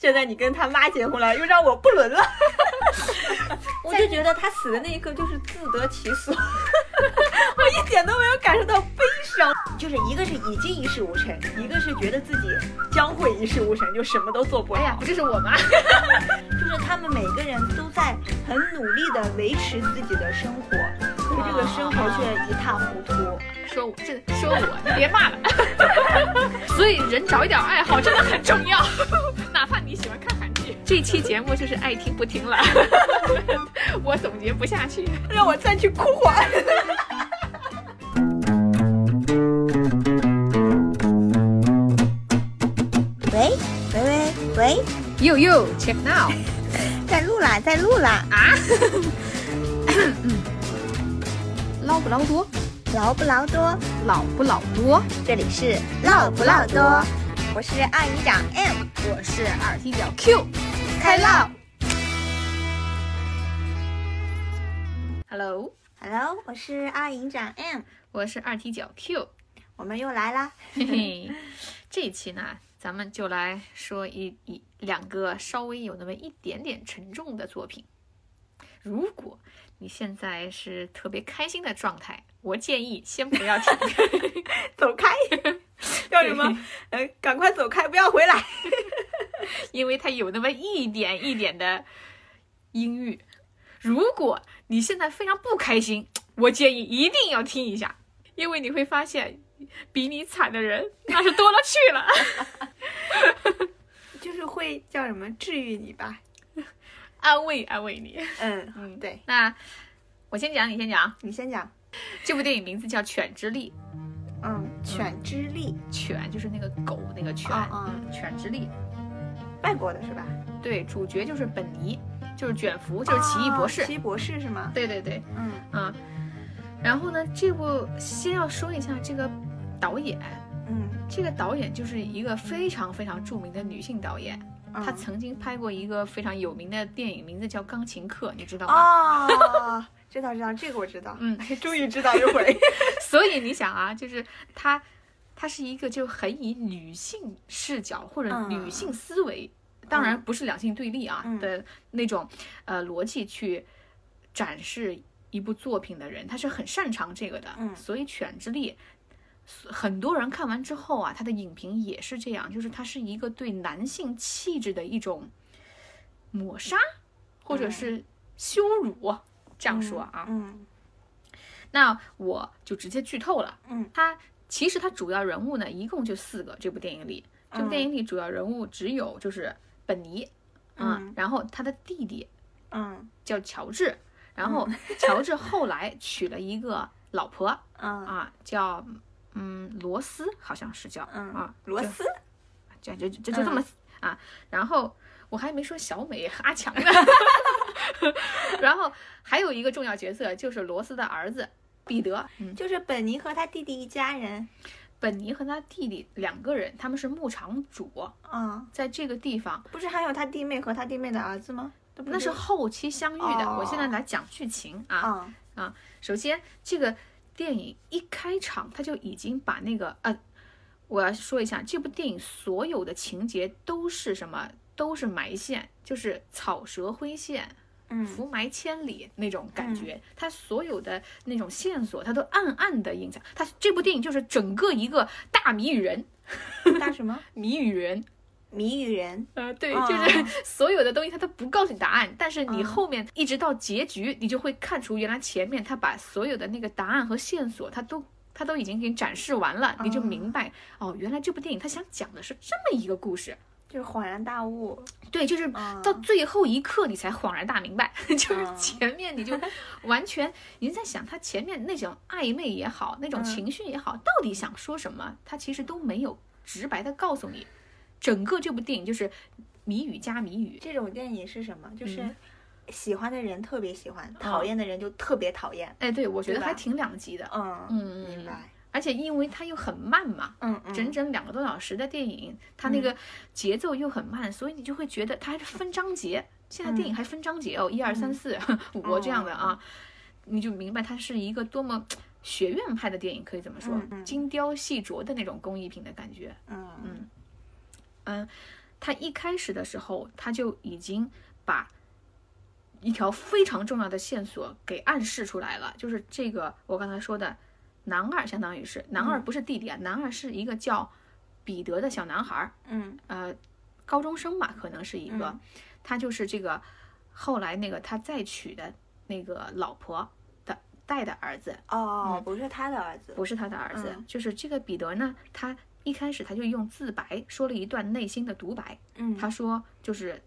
现在你跟他妈结婚了，又让我不伦了。 我就觉得他死的那一刻就是自得其 所，我一点都没有感受到悲伤，就是一个是已经一事无成，一个是觉得自己，将会一事无成，就什么都做不了。哎呀，不就是我吗？就是他们每个人都在很努力的维持自己的生活，可是这个生活却一塌糊涂。 说我这说我，你别骂了。 所以人找一点爱好真的很重要， 哪怕你喜欢看韩剧。这期节目就是爱听不听了， 我总结不下去。让我再去哭会儿。 喂喂喂喂， You you check now 在录啦，在录啦，啊？捞不捞多？劳不劳多？老不老多？这里是唠不唠多，我是二营长 M，我是二踢脚 Q。开唠。 Hello， Hello，我是二营长 M，我是二踢脚 Q。我们又来啦。嘿嘿，这一期呢，咱们就来说一一两个稍微有那么一点点沉重的作品。如果你现在是特别开心的状态，我建议先不要听。 走开， 叫什么？呃，赶快走开，不要回来。因为它有那么一点一点的阴郁。如果你现在非常不开心，我建议一定要听一下，因为你会发现，比你惨的人那是多了去了。 就是会叫什么治愈你吧。安慰安慰你。嗯，嗯，对那我先讲，你先讲。你先讲。这部电影名字叫《犬之力嗯，犬之力，》，犬就是那个狗那个犬，哦嗯，犬之力。外国的是吧？对，主角就是本尼，就是卷福，就是奇异博士。哦奇异博士是吗？对对对，嗯，嗯，然后呢，这部先要说一下这个导演，嗯，这个导演就是一个非常非常著名的女性导演，她嗯曾经拍过一个非常有名的电影，名字叫《钢琴课》，你知道吗？哦， 知道知道，这个我知道。啊嗯， 终于知道一回。 所以你想啊，就是她，她是一个就很以女性视角或者嗯女性思维，当然不是两性对立啊、嗯的那种呃逻辑去展示一部作品的人，她是很擅长这个的。嗯所以《犬之力》。很多人看完之后啊，他的影评也是这样，就是它是一个对男性气质的一种抹杀，或者嗯是羞辱， 这样说啊。 嗯那我就直接剧透了。嗯，他其实他主要人物呢，一共就四个。这部电影里，这部嗯电影里主要人物只有就是本尼，啊嗯然后他的弟弟嗯叫乔治，然后乔治后来娶了一个老婆嗯啊，叫嗯罗斯，好像是叫嗯啊螺就丝，这这这就这嗯么、啊。然后我还没说小美和阿强呢。 然后还有一个重要角色就是罗斯的儿子彼得，嗯，就是本尼和他弟弟一家人。本尼和他弟弟两个人，他们是牧场主，啊，在这个地方，不是还有他弟妹和他弟妹的儿子吗？这不那是后期相遇的。嗯哦我现在来讲剧情啊。啊，首先，这个电影一开场，他就已经把那个呃，我要说一下，这部电影所有的情节都是什么？都是埋线，就是草蛇灰线，嗯 伏埋千里那种感觉。它所有的那种线索，它都暗暗的隐藏。它这部电影就是整个一个大谜语人，大什么谜语人。谜语人？呃，对，啊就是 所有的东西它都不告诉你答案，但是你啊后面一直到结局，你就会看出原来前面他把所有的那个答案和线索，他都他都已经给你展示完了，你就啊明白哦，原来这部电影他想讲的是这么一个故事。就是恍然大悟。对，就是嗯啊到最后一刻你才恍然大明白， 就是啊前面你就完全你在想他前面那种暧昧也好，那种嗯情绪也好，到底想说什么，他其实都没有直白的告诉你。整个这部电影就是谜语加谜语，这种电影是什么？就是嗯喜欢的人特别喜欢，讨厌的人就特别讨厌。哎，对，我觉对得还吧挺两极的。嗯，嗯，明白。而且因为它又很慢嘛，嗯嗯整整两个多小时的电影，它那个节奏又很慢，所以你就会觉得它还是分章节。现在嗯电影还分章节哦，一二三四 五这样的哦啊，你就明白它是一个多么学院派的电影，可以这么说嗯，嗯嗯精雕细琢的那种工艺品的感觉。嗯嗯，他一开始的时候他就已经把一条非常重要的线索给暗示出来了，就是这个我刚才说的男二，相当于是男二不是弟弟啊，男二是一个叫彼得的小男孩儿，嗯呃高中生吧，可能是一个，他就是这个后来那个他再娶的那个老婆的带的儿子，哦，嗯不是他的儿子，不是他的儿子，就是这个彼得呢，他一开始他就用自白说了一段内心的独白，嗯他说就是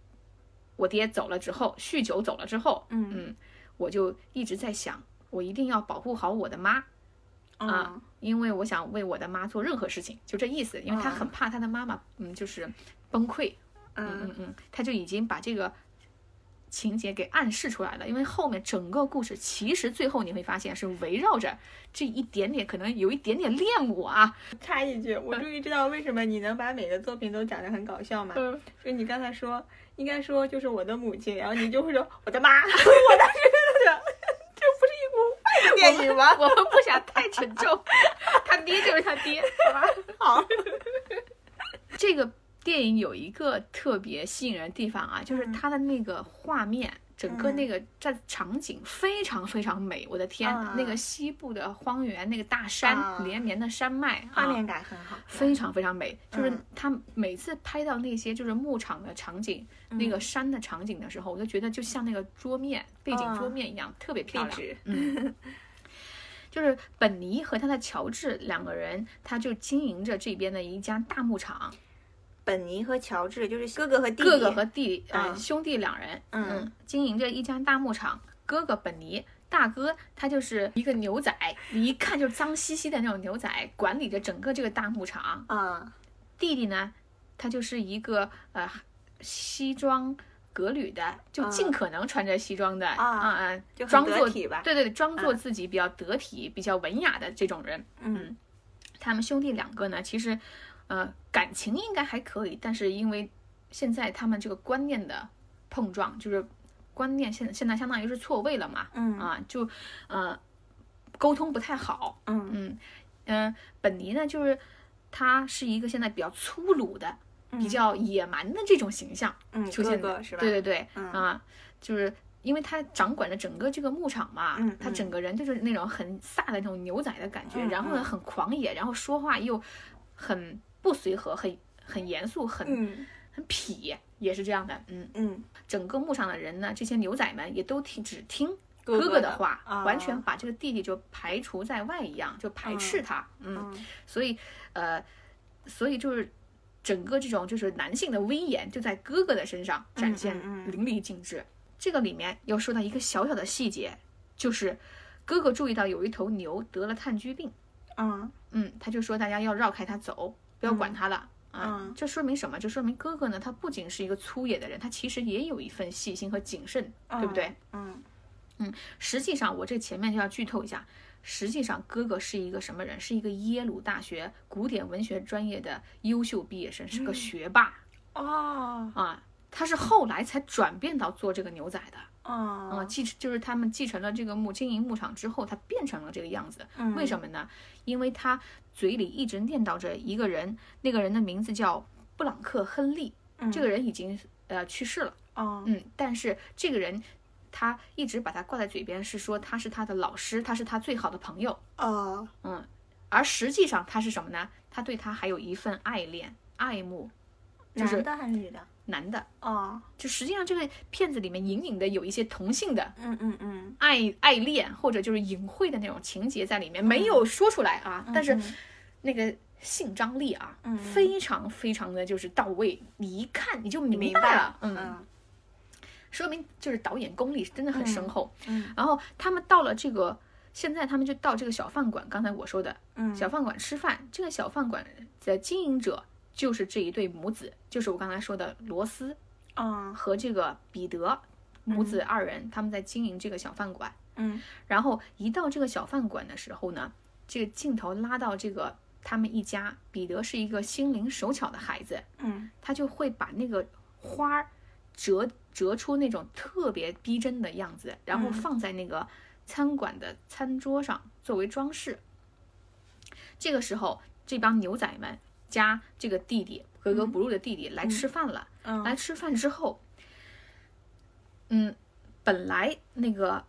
我爹走了之后，酗酒走了之后，嗯嗯，我就一直在想，我一定要保护好我的妈，哦啊，因为我想为我的妈做任何事情，就这意思，因为他很怕他的妈妈，嗯，就是崩溃，嗯嗯嗯嗯，他就已经把这个情节给暗示出来了。因为后面整个故事其实最后你会发现是围绕着这一点点，可能有一点点恋母啊。插一句，我终于知道为什么你能把每个作品都讲得很搞笑嘛？嗯，就你刚才说，应该说就是我的母亲，然后你就会说我的妈， 我当时就想，这不是一部电影吗？ 我们不想太 沉重，他爹就是他爹，好吧？好， 这个电影有一个特别吸引人的地方啊，嗯就是它的那个画面。整个那个战场景非常非常美，我的天，啊那个西部的荒原，那个大山、啊连绵的山脉，画啊面感很好。非常非常美，就是嗯他每次拍到那些就是牧场的场景、嗯那个山的场景的时候，我就觉得就像那个桌面背景啊桌面一样，特别漂亮。纸，嗯，就是本尼和他的乔治两个人，他就经营着这边的一家大牧场，本尼和乔治就是哥哥和弟弟，哥哥和弟呃、嗯兄弟两人，嗯经营着一家大牧场。哥哥本尼，大哥他就是一个牛仔，你一看就是脏兮兮的那种牛仔，管理着整个这个大牧场。嗯弟弟呢，他就是一个呃西装革履的，就嗯尽可能穿着西装的啊啊，就很装得作体吧对对，对装作自己比较得体、比较文雅的这种人。嗯他们兄弟两个呢，其实呃感情应该还可以，但是因为现在他们这个观念的碰撞，就是观念现现在相当于是错位了嘛，嗯啊，就呃沟通不太好，嗯嗯嗯，本尼呢，就是他是一个现在比较粗鲁的、比较野蛮的这种形象嗯，出现哥的，哥是吧？对对对，嗯啊，就是因为他掌管着整个这个牧场嘛，嗯他嗯整个人就是那种很飒的那种牛仔的感觉，嗯然后呢嗯很狂野，然后说话又很不随和，很很严肃，很、嗯很痞，也是这样的，嗯，嗯，整个牧场的人呢，这些牛仔们也都听只听哥哥哥的话，啊完全把这个弟弟就排除在外一样，就排斥他。嗯，嗯所以呃，所以就是整个这种就是男性的威严就在哥哥的身上展现嗯嗯淋漓尽致。这个里面要说到一个小小的细节，就是哥哥注意到有一头牛得了炭疽病，啊嗯嗯，他就说大家要绕开它走，不要管它了。啊，嗯这说明什么？这说明哥哥呢，他不仅是一个粗野的人，他其实也有一份细心和谨慎，对不对？嗯实际上，我这前面就要剧透一下，实际上哥哥是一个什么人？是一个耶鲁大学古典文学专业的优秀毕业生，是嗯个学霸、哦啊。他是后来才转变到做这个牛仔的啊，哦继就是他们继承了这个牧经营牧场之后，他变成了这个样子。嗯为什么呢？因为他嘴里一直念叨着一个人，那个人的名字叫布朗克·亨利，嗯这个人已经呃去世了。哦嗯，但是这个人他一直把他挂在嘴边，是说他是他的老师，他是他最好的朋友。哦嗯，而实际上他是什么呢？他对他还有一份爱恋、爱慕。就是男的还是女的？男的，哦，就实际上这个片子里面隐隐的有一些同性的嗯嗯嗯，爱爱恋，或者就是隐晦的那种情节在里面，没嗯有说出来啊，但嗯是那个性张力啊，嗯非常非常的就是到位，你一看你就明明白了了，，嗯，说明就是导演功力真的很深厚。嗯嗯然后他们到了这个，现在他们就到这个小饭馆，刚才我说的嗯小饭馆吃饭。这个小饭馆的经营者就是这一对母子，就是我刚才说的罗斯哦和这个彼得母子二人，他们在经营这个小饭馆。嗯然后一到这个小饭馆的时候呢，这个镜头拉到这个他们一家，彼得是一个心灵手巧的孩子，嗯他就会把那个花儿折折出那种特别逼真的样子，然后嗯放在那个餐馆的餐桌上作为装饰。这个时候，这帮牛仔们加这个弟弟格嗯格不入的弟弟来吃饭了。嗯来吃饭之后，嗯，本来那个，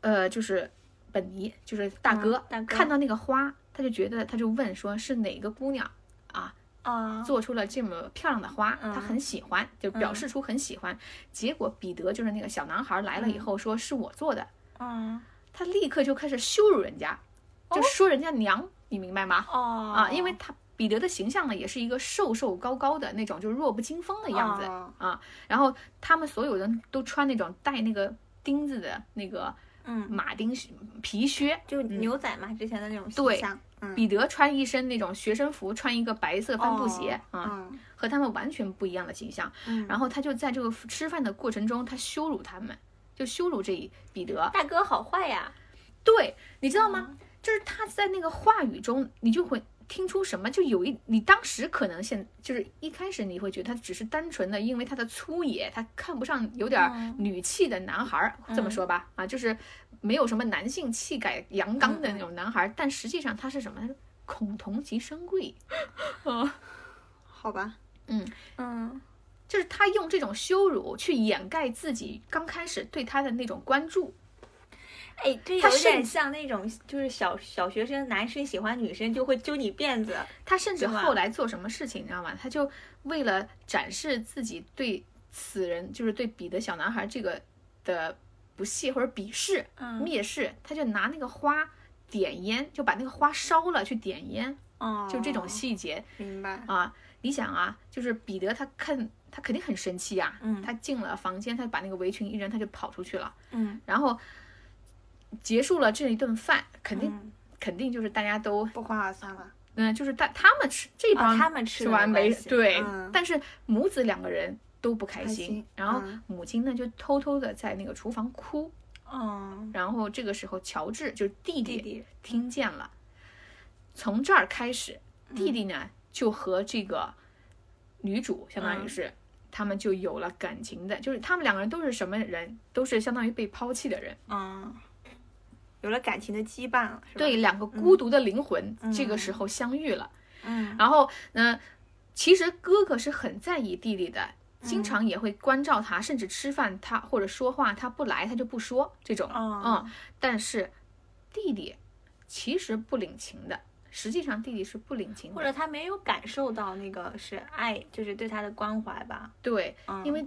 呃，就是本尼，就是大哥，嗯大哥看到那个花，他就觉得，他就问说是哪个姑娘啊，啊，做出了这么漂亮的花，嗯他很喜欢，就表示出很喜欢。结果彼得就是那个小男孩来了以后，说是我做的，嗯他立刻就开始羞辱人家，就说人家娘，你明白吗？哦啊，因为他彼得的形象呢，也是一个瘦瘦高高的那种，就是弱不禁风的样子。哦啊，然后他们所有人都穿那种带那个钉子的那个嗯马丁靴皮靴，就牛仔嘛，之前的那种嗯对形象，嗯彼得穿一身那种学生服，穿一个白色哦帆布鞋、啊，嗯和他们完全不一样的形象。嗯，然后他就在这个吃饭的过程中，他羞辱他们，就羞辱这一彼得。大哥好坏呀，对，你知道吗？就是他在那个话语中，你就会听出什么，就有一你当时可能现就是一开始你会觉得他只是单纯的因为他的粗野，他看不上有哦点儿嗯女气的男孩儿，这么说吧，啊，就是没有什么男性气概、阳刚的那种男孩儿，但实际上他是什么？他是孔同即生贵，好吧，嗯嗯就是他用这种羞辱去掩盖自己刚开始对他的那种关注。哎，这他有甚点至像那种就是小小学生男生喜欢女生就会揪你辫子，他甚至对吧后来做什么事情，你知道吗？他就为了展示自己对此人，就是对彼得小男孩这个的不屑或者鄙视、嗯蔑视，他就拿那个花点烟，就把那个花烧了去点烟，哦，就这种细节明白，啊。你想啊，就是彼得他看他肯定很生气呀、嗯他进了房间，他把那个围裙一扔，他就跑出去了，嗯然后结束了这一顿饭，肯定、嗯肯定就是大家都哎不欢而散了，嗯，就是大他们吃这帮、哦他们吃吃的完没没关系对、嗯但是母子两个人都不开开心，心然后嗯母亲呢就偷偷的在那个厨房哭，嗯，然后这个时候乔治就是弟弟弟弟，听见了，从这儿开始，嗯弟弟呢、就和这个女主相当于嗯是、他们就有了感情的，就是他们两个人都是什么人，都是相当于被抛弃的人，嗯，有了感情的羁绊了，是吧对，，两个孤独的灵魂、这个时嗯候相遇了。嗯然后呢，其实哥哥是很在意弟弟的，嗯经常也会关照他，甚至吃饭他或者说话他不来他就不说这种。哦嗯，但是弟弟其实不领情的，实际上弟弟是不领情或的。者他没有感受到那个是爱，就是对他的关怀吧，对，嗯，因为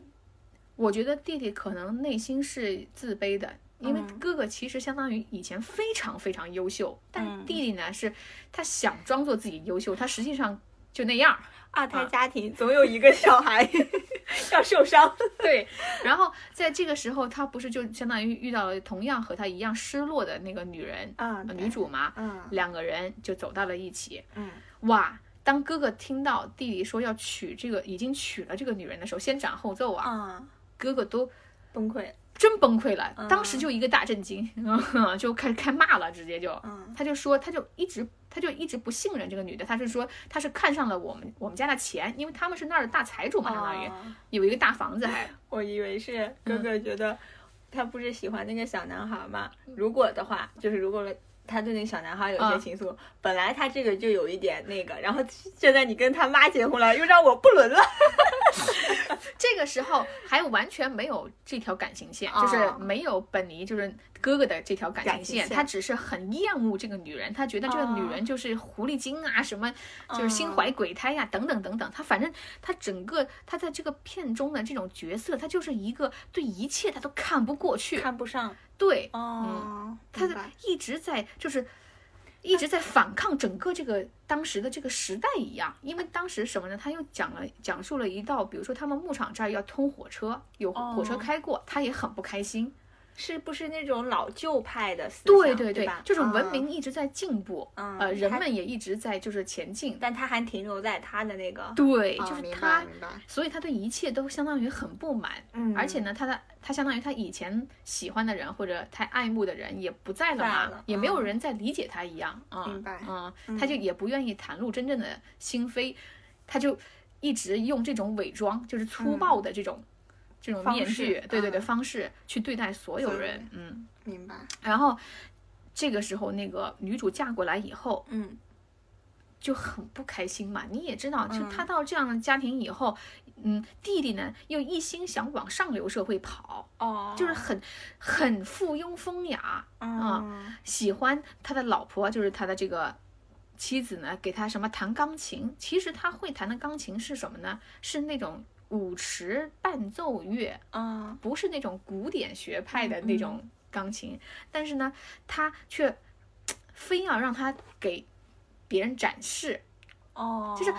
我觉得弟弟可能内心是自卑的。因为嗯哥哥其实相当于以前非常非常优秀，但嗯弟弟呢是他想装作自己优秀，他实际上就那样。二胎啊家庭总有一个小孩 要受伤，对，然后在这个时候，他不是就相当于遇到了同样和他一样失落的那个女人，啊呃女，主嘛，嗯两个人就走到了一起。嗯哇，当哥哥听到弟弟说要娶这个已经娶了这个女人的时候，先斩后奏啊，啊，哥哥都崩溃了，真崩溃了，当时嗯就一个大震惊， 就开始开骂了，直接就。嗯他就说，他就一直，他就一直不信任这个女的，他就说他是看上了我们我们家的钱，因为他们是那儿的大财主嘛，相当于哦有一个大嗯房子还，我以为是哥哥觉得他不是喜欢那个小男孩嘛？嗯如果的话，就是如果他对那个小男孩有一些啊情愫，本来他这个就有一点那个，然后现在你跟他妈结婚了，又让我不伦了。这个时候还完全没有这条感情线，哦就是没有本尼就是哥哥的这条感情感情线，线他只是很厌恶这个女人，他觉得这个哦女人就是狐狸精啊，什么就是心怀鬼胎呀、等等等等。他反正他整个他在这个片中的这种角色，他就是一个对一切他都 看不过去，看不上对哦，他明白一直在就是。一直在反抗整个这个当时的这个时代一样，因为当时什么呢？他又讲了讲述了一道，比如说他们牧场这儿要通火车，有哦火车开过，他也很不开心。是不是那种老旧派的思想？对对对吧，就是文明，一直在进步，嗯呃，人，嗯他们也一直在就是前进。但他还停留在他的那个，对，哦就是明白他，明白所以他对一切都相当于很不满，嗯而且呢，他的他相当于他以前喜欢的人或者他爱慕的人也不在了嘛，在了嗯也没有人再理解他一样啊。明白嗯，他就也不愿意袒露真正的心扉，他就一直用这种伪装，就是粗暴的这种、这种嗯方面具式，对对对、嗯方式去对待所有所有人人。嗯，明白，然后这个时候，那个女主嫁过来以后，嗯就很不开心嘛。你也知道，就嗯他到这样的家庭以后，嗯，弟弟呢又一心想往上流社会跑，哦就是很很附庸风雅，啊，喜欢他的老婆，就是他的这个妻子呢，给他什么弹钢琴。其实他会弹的钢琴是什么呢？是那种舞池伴奏乐，嗯不是那种古典学派的那种钢琴。但是呢，他却嘖非要让他给别人展示，哦，就是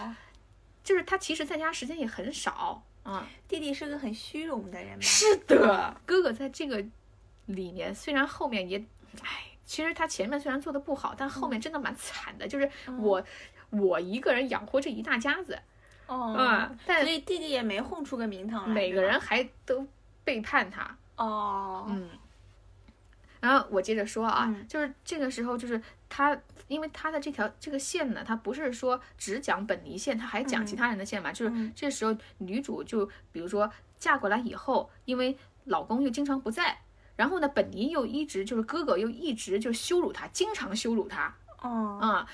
就是他其实在家时间也很少啊。弟弟是个很虚荣的人嘛，是的，哥哥在这个里面虽然后面也，哎，其实他前面虽然做的不好，但嗯后面真的蛮惨的，就是我。我一个人养活这一大家子，哦，嗯，所但以弟弟也没混出个名堂来，每对个吧人还都背叛他，哦，嗯。然后我接着说啊，嗯就是这个时候，就是他，因为他的这条这个线呢，他不是说只讲本尼线，他还讲嗯其他人的线嘛。就是嗯这时候女主就，比如说嫁过来以后，因为老公又经常不在，然后呢，本尼又一直就是哥哥又一直就羞辱她，经常羞辱她哦，啊、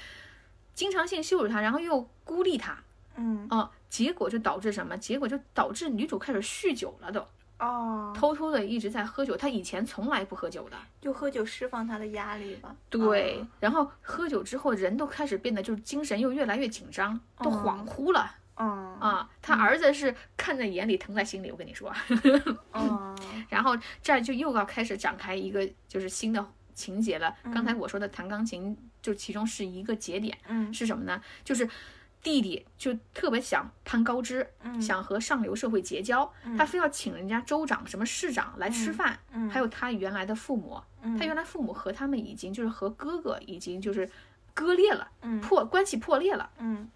经常性羞辱她，然后又孤立她嗯，啊、结果就导致什么？结果就导致女主开始酗酒了都，哦，偷偷的一直在喝酒，她以前从来不喝酒的。就喝酒释放他的压力吧，对，嗯然后喝酒之后，人都开始变得就是精神又越来越紧张，都哦恍惚了、哦，啊。他儿子是看在眼里，疼在心里，我跟你说。哦，然后这儿就又要开始展开一个就是新的情节了。刚才我说的弹钢琴，就其中是一个节点，嗯是什么呢？就是弟弟就特别想攀高枝，嗯想和上流社会结交，嗯他非要请人家州长、什么市长来吃嗯饭，嗯还有他原来的父母，他原来父母和他们已经就是和哥哥已经就是割裂了，嗯破关系破裂了。嗯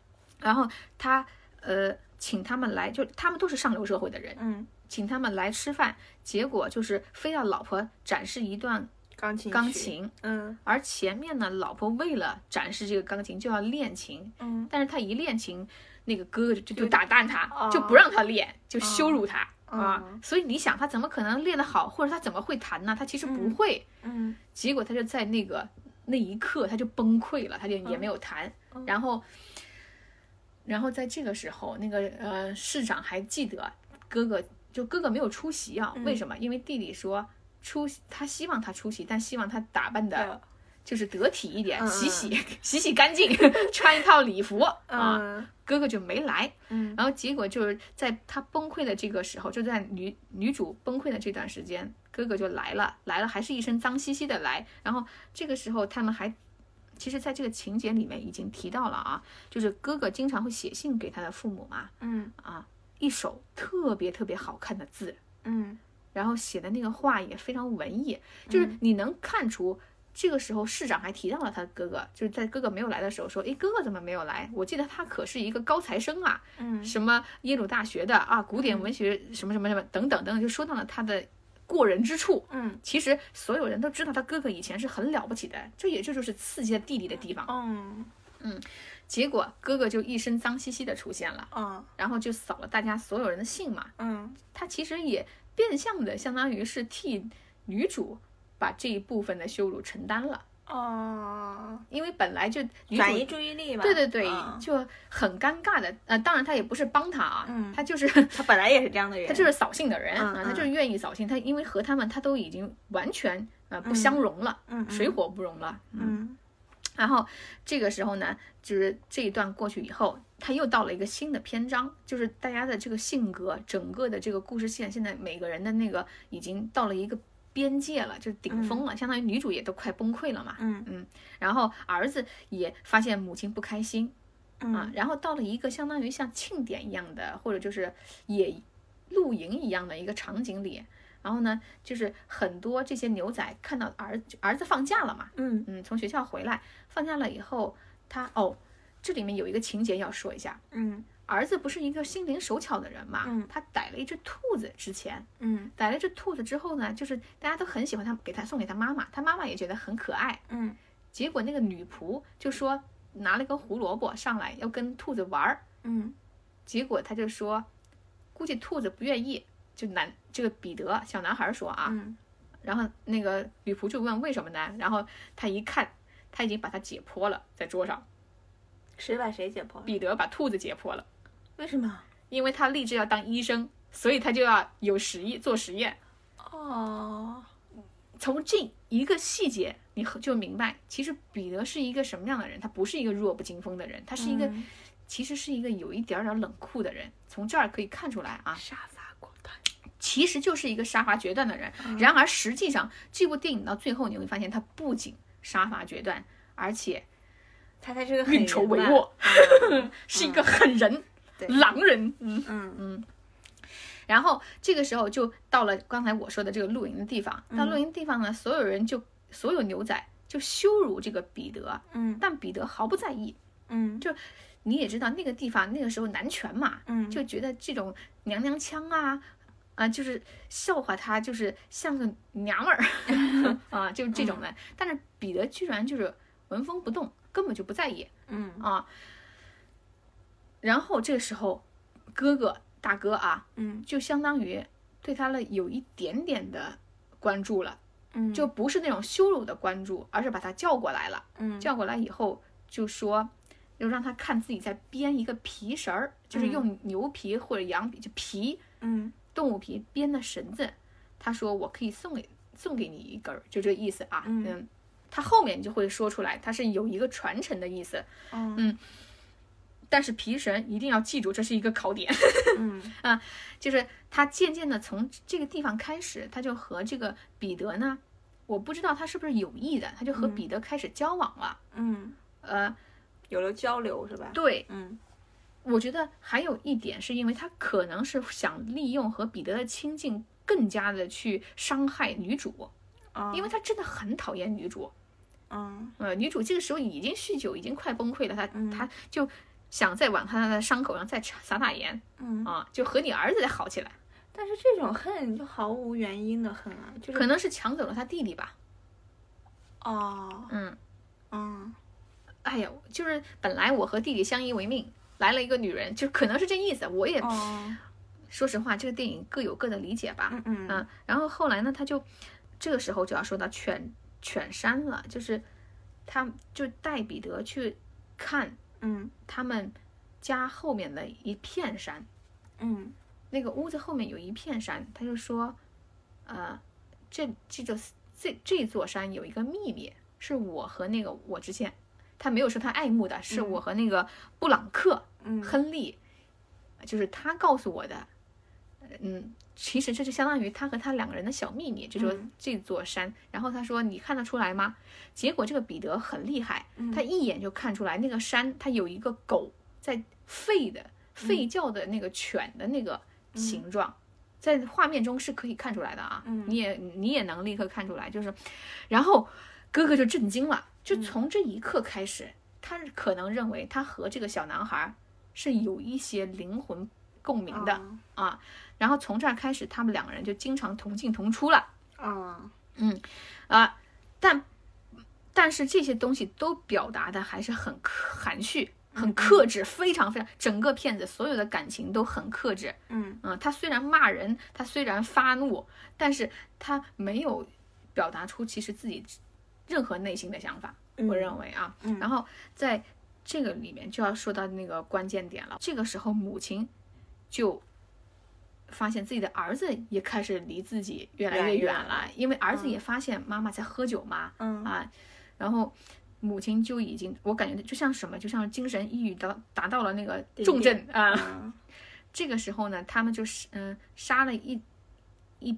然后他呃请他们来，就他们都是上流社会的人，嗯，请他们来吃饭，结果就是非要老婆展示一段钢琴钢曲，琴，嗯而前面呢，老婆为了展示这个钢琴就要练琴，嗯但是他一练琴，那个哥哥就就就打断他，哦就不让他练，就羞辱他。哦啊，所以你想他怎么可能练得好，或者他怎么会弹呢？他其实不会，嗯结果他就在那个那一刻他就崩溃了，他就也没有弹。嗯然后，然后在这个时候，那个呃市长还记得哥哥，就哥哥没有出席啊？嗯为什么？因为弟弟说出席，他希望他出席，但希望他打扮的嗯就是得体一点，嗯嗯洗洗 洗洗干 净，穿一套礼服啊。嗯哥哥就没来，嗯然后结果就是在他崩溃的这个时候，就在女女主崩溃的这段时间，哥哥就来了，来了还是一身脏兮兮的来。然后这个时候他们还，其实在这个情节里面已经提到了啊，就是哥哥经常会写信给他的父母嘛，嗯啊，一手特别特别好看的字，嗯然后写的那个话也非常文艺，就是你能看出。这个时候，市长还提到了他哥哥，就是在哥哥没有来的时候说：“诶，哥哥怎么没有来？我记得他可是一个高材生啊，嗯什么耶鲁大学的啊，古典文学什么什么什么等等等等，就说到了他的过人之处。嗯其实所有人都知道他哥哥以前是很了不起的，这也这就是刺激了弟弟的地方。嗯结果哥哥就一身脏兮兮的出现了，嗯然后就扫了大家所有人的兴嘛。嗯他其实也变相的相当于是替女主把这一部分的羞辱承担了，哦，因为本来就女转主移注意力嘛，对对对，嗯就很尴尬的。呃，当然他也不是帮他啊，嗯他就是他本来也是这样的人，他就是扫兴的人嗯啊，他嗯就是愿意扫兴。他因为和他们他都已经完全呃不相容了，嗯水火不容了。嗯然后这个时候呢，就是这一段过去以后，他又到了一个新的篇章，就是大家的这个性格，整个的这个故事线，现在每个人的那个已经到了一个边界了，就是顶峰了，相当于女主也都快崩溃了嘛。嗯然后儿子也发现母亲不开心，嗯啊，然后到了一个相当于像庆典一样的，或者就是野露营一样的一个场景里。然后呢，就是很多这些牛仔看到儿就儿子放假了嘛，嗯嗯，从学校回来，放假了以后，他哦，这里面有一个情节要说一下，嗯儿子不是一个心灵手巧的人嘛，嗯他逮了一只兔子之前，嗯逮了一只兔子之后呢，就是大家都很喜欢他，给他送给他妈妈，他妈妈也觉得很可爱，嗯结果那个女仆就说拿了根胡萝卜上来要跟兔子玩儿，嗯结果他就说，估计兔子不愿意，就男这个彼得小男孩说啊，嗯然后那个女仆就问为什么呢？然后他一看，他已经把它解剖了，在桌上，谁把谁解剖了？彼得把兔子解剖了，为什么？因为他立志要当医生，所以他就要有实验做实验。哦，从这一个细节，你很就明白，其实彼得是一个什么样的人。他不是一个弱不禁风的人，他是一个、嗯其实是一个有一点儿点儿冷酷的人。从这儿可以看出来啊，杀伐果断。其实就是一个杀伐决断的人。嗯然而实际上，这部电影到最后你会发现，他不仅杀伐决断，而且他才是个运筹帷幄，是一个狠人、嗯对狼人。嗯，嗯嗯然后这个时候就到了刚才我说的这个露营的地方。嗯到露营地方呢，所有人就所有牛仔就羞辱这个彼得，嗯但彼得毫不在意。嗯你也知道那个地方那个时候男权嘛，嗯，就觉得这种娘娘腔啊，啊，就是笑话他，就是像个娘们 儿 啊，就是这种的。但是彼得居然就是纹风不动，根本就不在意嗯啊。然后这个时候，哥哥大哥啊，嗯就相当于对他了有一点点的关注了，嗯就不是那种羞辱的关注，而是把他叫过来了。嗯叫过来以后就说，就让他看自己在编一个皮绳儿，就是用牛皮或者羊皮，就皮嗯动物皮编的绳子。他说我可以送给送给你一根儿，就这个意思啊。嗯嗯，他后面就会说出来，他是有一个传承的意思，嗯但是皮绳一定要记住，这是一个考点。 嗯就是他渐渐的从这个地方开始，他就和这个彼得呢，我不知道他是不是有意的，他就和嗯彼得开始交往了。嗯， 呃，有了交流是吧？对，嗯我觉得还有一点是因为他可能是想利用和彼得的亲近，更加的去伤害女主，啊，因为他真的很讨厌女主。嗯呃，女主这个时候已经酗酒，已经快崩溃了，她嗯她就想再往她的伤口上再撒撒盐嗯，啊，就和你儿子再好起来。但是这种恨就毫无原因的恨啊，就是可能是抢走了他弟弟吧。哦嗯，嗯哎呀，就是本来我和弟弟相依为命，来了一个女人，就可能是这意思。我也哦说实话，这个电影各有各的理解吧。嗯嗯嗯，然后后来呢，他就这个时候就要说到犬犬山了，就是他就带彼得去看嗯他们家后面的一片山，嗯那个屋子后面有一片山，他就说，呃，这这就这这座山有一个秘密，是我和那个我之前，他没有说他爱慕的，是我和那个布朗克、嗯亨利，就是他告诉我的。嗯，其实这就相当于他和他两个人的小秘密，就说嗯这座山。然后他说：“你看得出来吗？”结果这个彼得很厉害，嗯他一眼就看出来那个山，它有一个狗在吠的吠叫的那个犬的那个形状。在画面中是可以看出来的啊，嗯你也你也能立刻看出来，就是，然后哥哥就震惊了，就从这一刻开始，他可能认为他和这个小男孩是有一些灵魂共鸣的，啊啊，然后从这儿开始，他们两个人就经常同进同出了啊啊，但但是这些东西都表达的还是很克含蓄、嗯很克制，非常非常，整个片子所有的感情都很克制。嗯嗯，他虽然骂人，他虽然发怒，但是他没有表达出其实自己任何内心的想法。我认为啊，嗯然后在这个里面就要说到那个关键点了。这个时候，母亲就发现自己的儿子也开始离自己越来越来越越远远了，因为儿子嗯也发现妈妈在喝酒嘛，嗯啊，然后。母亲就已经，我感觉就像什么，就像精神抑郁到达到了那个顶重症啊、嗯 这个时候呢，他们就是嗯、杀了一一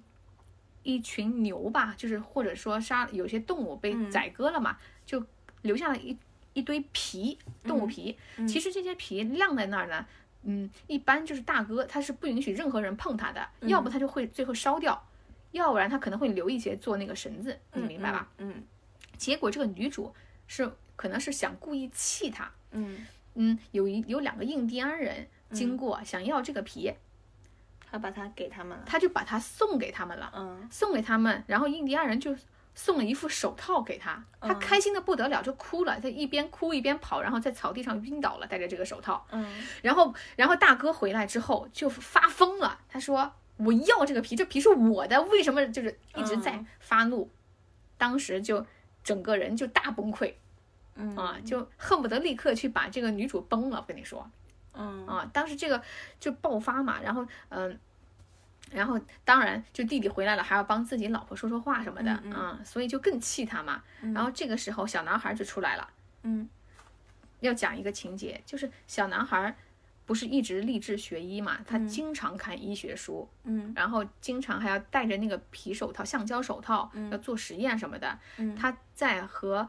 一群牛吧，就是或者说杀有些动物被嗯宰割了嘛，就留下了一一堆皮，动嗯物皮。嗯其实这些皮晾在那儿呢，嗯，一般就是大哥他是不允许任何人碰它的，嗯要不他就会最后烧掉，要不然他可能会留一些做那个绳子，你明白吧？？嗯结果这个女主是可能是想故意气他，嗯，嗯，有一有两个印第安人经过、想要这个皮，嗯他把它给他们了。他就把它送给他们了，嗯送给他们，然后印第安人就送了一副手套给他，他嗯开心的不得了，就哭了，他一边哭一边跑，然后在草地上晕倒了，戴着这个手套，嗯然后然后大哥回来之后就发疯了，他说我要这个皮，这皮是我的，为什么就是一直在嗯发怒，当时就整个人就大崩溃，嗯啊，就恨不得立刻去把这个女主崩了。我跟你说嗯啊，当时这个就爆发嘛，然后嗯、然后当然就弟弟回来了，还要帮自己老婆说说话什么的嗯嗯啊，所以就更气他嘛。然后这个时候小男孩就出来了，嗯要讲一个情节，就是小男孩不是一直立志学医嘛，他嗯经常看医学书，嗯然后经常还要戴着那个皮手套、橡胶手套，嗯要做实验什么的。嗯他在和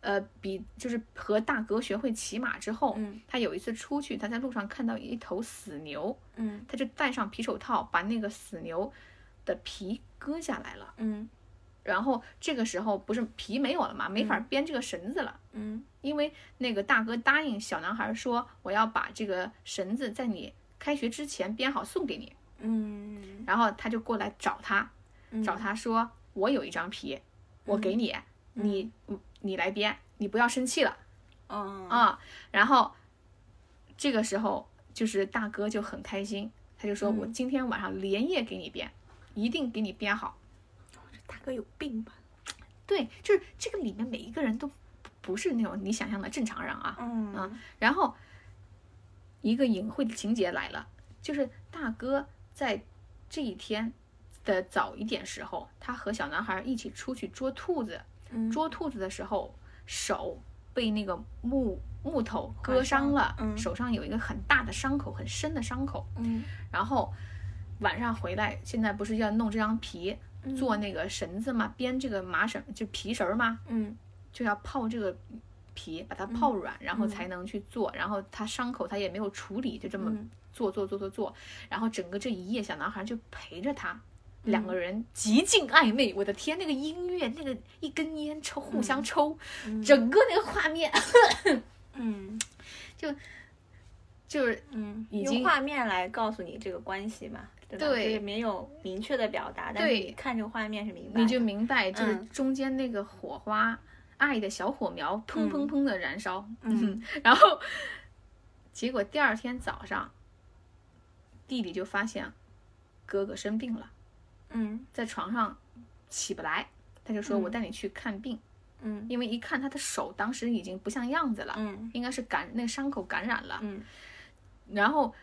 呃比就是和大哥学会骑马之后，嗯他有一次出去，他在路上看到一头死牛，嗯他就戴上皮手套，把那个死牛的皮割下来了。嗯然后这个时候不是皮没有了嘛，没法编这个绳子了。嗯因为那个大哥答应小男孩说，我要把这个绳子在你开学之前编好送给你。嗯然后他就过来找他，嗯，找他说：“我有一张皮，我给你，你你来编，你不要生气了嗯啊。然后这个时候就是大哥就很开心，他就说：“我今天晚上连夜给你编，一定给你编好。大哥有病吧？”对，就是这个里面每一个人都不不是那种你想象的正常人啊。嗯啊然后一个隐晦的情节来了，就是大哥在这一天的早一点时候，他和小男孩一起出去捉兔子，嗯捉兔子的时候手被那个木木头割伤了，嗯手上有一个很大的伤口，很深的伤口。嗯然后晚上回来，现在不是要弄这张皮做那个绳子嘛，编这个麻绳就皮绳儿嘛，嗯就要泡这个皮，把它泡软，然后才能去做。然后他伤口他也没有处理，就这么嗯做做做做做。然后整个这一夜，小男孩就陪着他，两个人极尽暧昧。我的天，那个音乐，那个一根烟抽，互相抽，整个那个画面 嗯就是嗯，已用经画面来告诉你这个关系嘛，对吧？对这也没有明确的表达，但是对你看这个画面是明白的，你就明白，就是嗯中间那个火花，爱的小火苗，砰砰砰的燃烧。嗯， 然后结果第二天早上，弟弟就发现哥哥生病了，嗯在床上起不来，他就说：“嗯我带你去看病。嗯因为一看他的手当时已经不像样子了，嗯应该是感那个伤口感染了。嗯然后，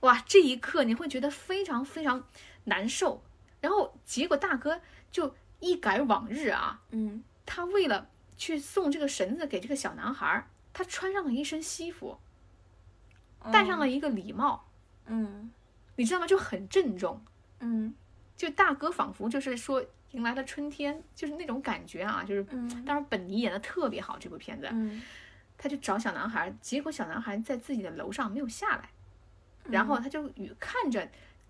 哇，这一刻你会觉得非常非常难受。然后结果大哥就一改往日啊，嗯他为了去送这个绳子给这个小男孩儿，他穿上了一身西服，哦戴上了一个礼帽，嗯你知道吗？就很郑重。嗯就大哥仿佛就是说迎来了春天，就是那种感觉啊，就是。嗯当然，本尼演的特别好，这部片子，嗯，他就找小男孩，结果小男孩在自己的楼上没有下来，嗯然后他就与看着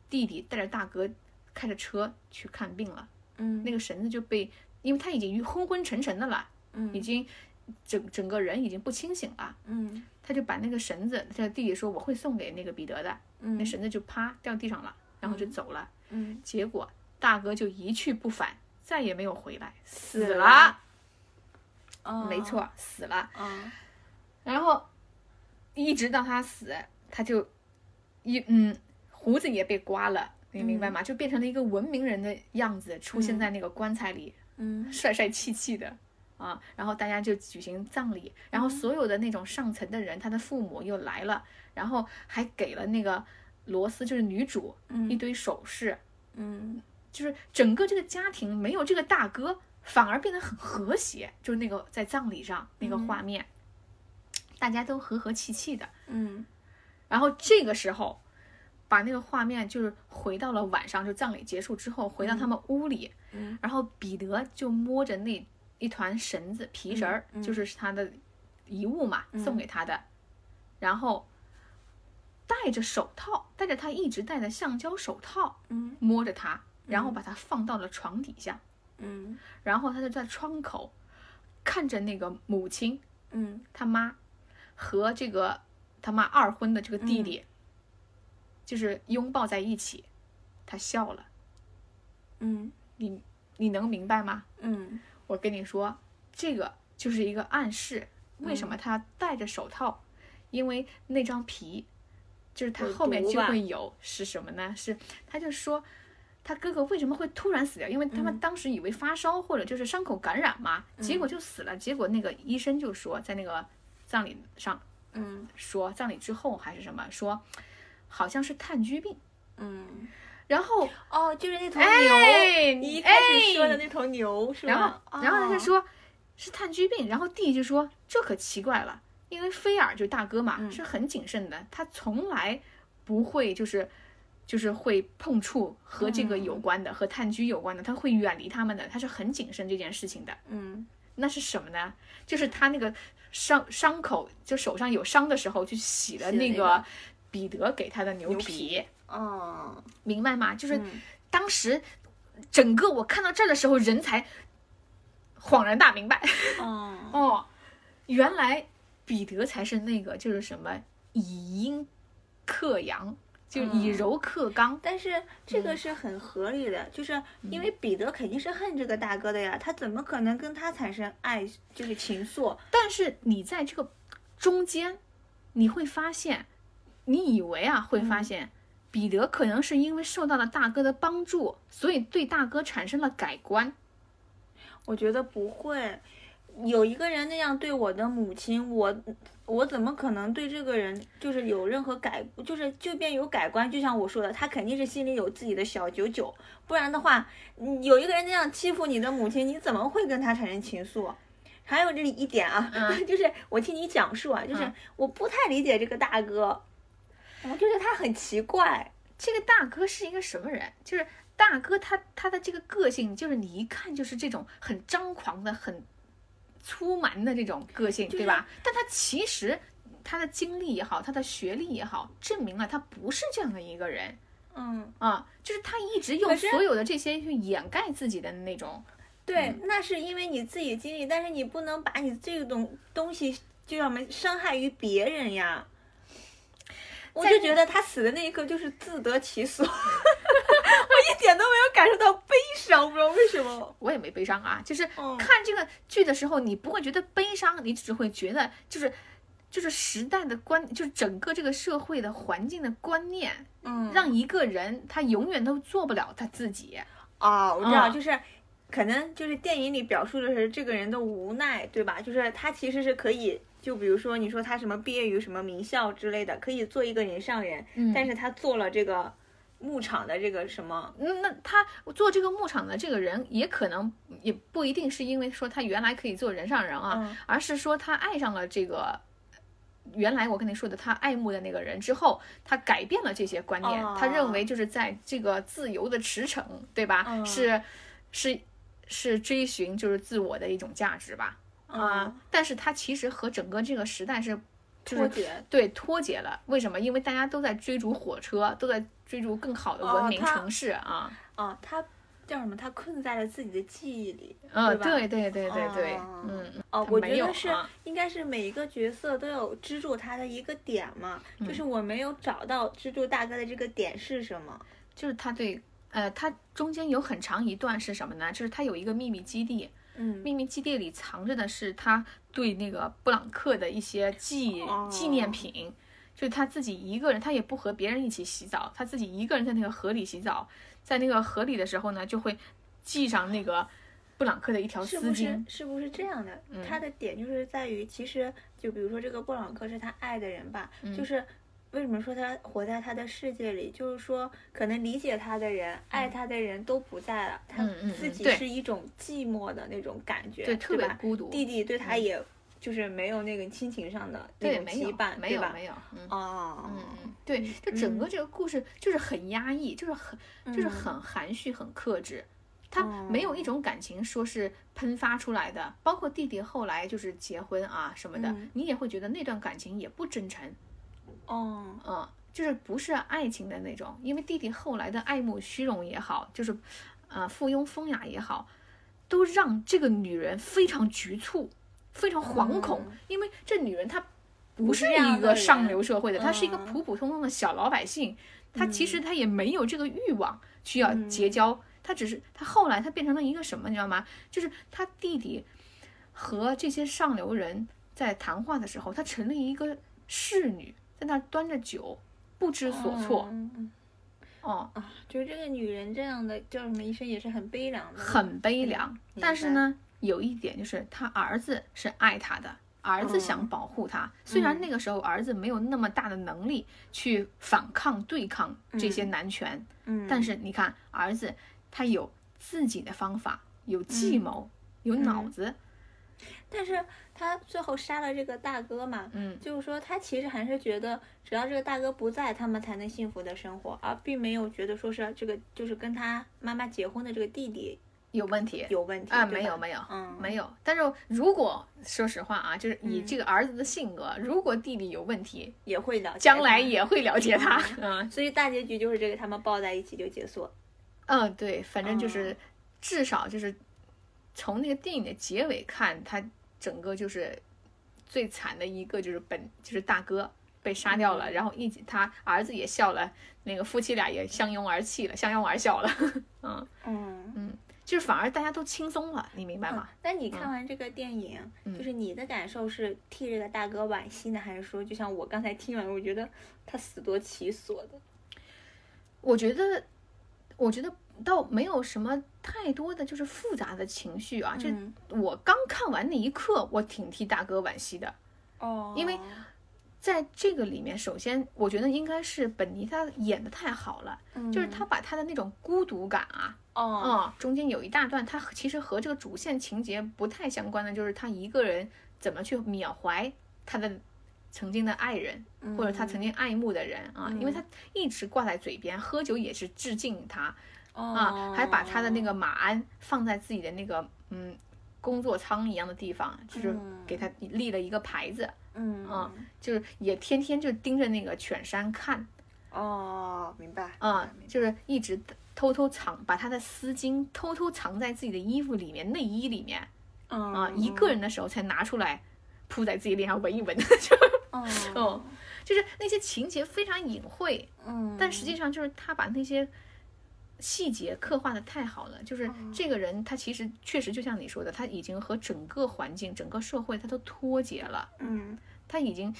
弟弟带着大哥开着车去看病了，嗯那个绳子就被，因为他已经昏昏沉沉的了，嗯已经整整个人已经不清醒了，嗯他就把那个绳子，他的弟弟说我会送给那个彼得的，那嗯绳子就啪掉地上了，然后就走了。嗯结果大哥就一去不返，再也没有回来，死死了，嗯，没错，死了。嗯然后一直到他死，他就一嗯，胡子也被刮了。你明嗯白吗？就变成了一个文明人的样子，出现在那个棺材里，嗯帅帅气气的啊。然后大家就举行葬礼，然后所有的那种上层的人，他的父母又来了，然后还给了那个罗斯，就是女主，嗯一堆首饰，嗯就是整个这个家庭没有这个大哥，反而变得很和谐，就是那个在葬礼上那个画面，大家都和和气气的。嗯然后这个时候，把那个画面就是回到了晚上，就葬礼结束之后，回到他们屋里，嗯然后彼得就摸着那一团绳子皮绳儿，嗯嗯嗯就是他的遗物嘛，送给他的，然后戴着手套，戴着他一直戴的橡胶手套，嗯摸着它，然后把它放到了床底下，嗯然后他就在窗口看着那个母亲嗯他妈和这个他妈二婚的这个弟弟，就是拥抱在一起，他笑了。嗯你你能明白吗？嗯我跟你说，这个就是一个暗示，为什嗯么他戴着手套？因为那张皮，就是他有后面毒就吧会有是什么呢？是他就说，他哥哥为什么会突然死掉？因为他们嗯当时以为发烧或者就是伤口感染嘛，结果就死了。结果那个医生就说，在那个葬礼上嗯说，葬礼之后还是什么说，好像是炭疽病。嗯，然后哦，就是那头牛，哎，你一开始说的哎那头牛是然后吧？哎然后他就哦说，是炭疽病。然后弟就说，这可奇怪了，因为菲尔就是大哥嘛，嗯是很谨慎的，他从来不会就是。就是会碰触和这个有关的，和炭疽有关的，他会远离他们的，他是很谨慎这件事情的。嗯那是什么呢？就是他那个伤伤口，就手上有伤的时候，去洗了洗的那那个彼得给他的牛牛皮，哦，明白吗？就是嗯当时整个我看到这儿的时候，人才恍然大明白嗯哦，哦，原来彼得才是那个就是什么以阴克阳，就是以嗯柔克刚。但是这个是很合理的，就是因为彼得肯定是恨这个大哥的呀，他怎么可能跟他产生爱，就是情愫？但是你在这个中间，你会发现，你以为啊会发现，彼得可能是因为受到了大哥的帮助，所以对大哥产生了改观。我觉得不会，有一个人那样对我的母亲，我我怎么可能对这个人就是有任何改，就是就便有改观？就像我说的，他肯定是心里有自己的小九九，不然的话，嗯有一个人那样欺负你的母亲，你怎么会跟他产生情愫？还有这里一点啊， 就是我听你讲述啊，就是嗯我不太理解这个大哥，我觉得他很奇怪，这个大哥是一个什么人？就是大哥他他的这个个性，就是你一看就是这种很张狂的、很粗蛮的这种个性，就是对吧？但他其实他的经历也好，他的学历也好，证明了他不是这样的一个人嗯。啊，就是他一直可用是所有的这些去掩盖自己的那种。对，那是因为你自己经历，但是你不能把你这种东西就让我们伤害于别人呀。我在就那觉得他死的那一刻就是自得其 所，我一点都没有感受到悲伤，不知道为什么。我也没悲伤啊，就是嗯看这个剧的时候，你不会觉得悲伤，你只会觉得就是就是时代的观，就是整个这个社会的环境的观念，嗯让一个人他永远都做不了他自己。哦，我知道，嗯就是可能就是电影里表述的是这个人的无奈，对吧？就是他其实是可以，就比如说你说他什么毕业于什么名校之类的，可以做一个人上人，嗯但是他做了这个牧场的这个什么，嗯那他做这个牧场的这个人，也可能也不一定是因为说他原来可以做人上人啊，嗯而是说他爱上了这个。原来我跟你说的，他爱慕的那个人之后，他改变了这些观念，哦他认为就是在这个自由的驰骋，对吧？嗯是是是追寻就是自我的一种价值吧？啊、嗯但是他其实和整个这个时代是就是脱节。对脱节了。为什么？因为大家都在追逐火车，都在追逐更好的文明哦他城市啊。哦，他叫什么？他困在了自己的记忆里。嗯，对对对对对对，哦嗯，哦他，我没觉有得是啊应该是每一个角色都有支柱他的一个点嘛，嗯就是我没有找到支柱大哥的这个点是什么。就是他对，呃，他中间有很长一段是什么呢？就是他有一个秘密基地，嗯秘密基地里藏着的是他对那个布朗克的一些纪、哦纪念品。就是他自己一个人，他也不和别人一起洗澡，他自己一个人在那个河里洗澡，在那个河里的时候呢，就会系上那个布朗克的一条丝是巾。不是是不是这样的？嗯他的点就是在于，其实就比如说这个布朗克是他爱的人吧，嗯就是为什么说他活在他的世界里，就是说可能理解他的人、爱他的人都不在了，他嗯嗯嗯自己对是一种寂寞的那种感觉，对，对，特别吧？孤独。弟弟对他也就是没有那个亲情上的那嗯对，种没羁有，绊，没有，吧？没有，嗯。哦，嗯嗯，对，就整个这个故事就是很压抑，就是很就是嗯很含蓄、很克制，他哦没有一种感情说是喷发出来的。包括弟弟后来就是结婚啊什么的嗯，你也会觉得那段感情也不真诚，哦，嗯，就是不是爱情的那种。因为弟弟后来的爱慕虚荣也好，就是呃附庸风雅也好，都让这个女人非常局促，非常惶恐，嗯因为这女人她不不是是这样一的个上人流社会的，她是一个嗯普普通通的小老百姓，她其实她也没有这个欲望需要嗯结交，她只是她后来她变成了一个什么，你知道吗？就是她弟弟和这些上流人在谈话的时候，她成了一个侍女，在那儿端着酒，不知所措。嗯。嗯哦，啊，哦就是这个女人这样的叫什么医生也是很悲凉的，很悲凉。嗯明但是呢，有一点就是他儿子是爱他的，儿子嗯想保护他。虽然那个时候儿子没有那么大的能力去反抗、对抗这些男权，嗯，但是你看儿子他有自己的方法，有嗯计谋，有脑子。但是他最后杀了这个大哥嘛，嗯，就是说他其实还是觉得只要这个大哥不在，他们才能幸福的生活，而并没有觉得说是这个就是跟他妈妈结婚的这个弟弟有问题。有问题啊，对没吧有没有，嗯没有。但是如果说实话啊，就是以这个儿子的性格，如果弟弟有问题，也会了解将来他们也会了解他。嗯所以大结局就是这个，他们抱在一起就结束了。 嗯，对，反正就嗯是至少就是从那个电影的结尾看，他整个就是最惨的一个就是本就是大哥被杀掉了，然后一起他儿子也笑了，那个夫妻俩也相拥而泣了，相拥而笑了， 嗯，就是反而大家都轻松了，你明白吗？嗯那嗯你看完这个电影，就是你的感受是替这个大哥惋惜呢，还是说就像我刚才听完，我觉得他死多其所的？我觉得，我觉得倒没有什么太多的就是复杂的情绪啊。就嗯我刚看完那一刻，我挺替大哥惋惜的。哦因为在这个里面，首先我觉得应该是本尼他演的太好了，就是他把他的那种孤独感啊，嗯哦，嗯，中间有一大段他其实和这个主线情节不太相关的，就是他一个人怎么去缅怀他的曾经的爱人，嗯或者他曾经爱慕的人啊，因为他一直挂在嘴边，喝酒也是致敬他，哦啊，还把他的那个个马鞍放在自己的那个嗯工作舱一样的地方，就是嗯给他立了一个牌子，嗯啊就是也天天就盯着那个犬山看哦，明白啊，就是一直偷偷藏把他的丝巾偷偷藏在自己的衣服里面内衣里面嗯啊，一个人的时候才拿出来铺在自己脸上闻一闻， 就哦哦，就是那些情节非常隐晦，嗯，但实际上就是他把那些细节刻画的太好了，哦就是这个人他其实确实就像你说的，他已经和整个环境、整个社会他都脱节了，嗯他已经。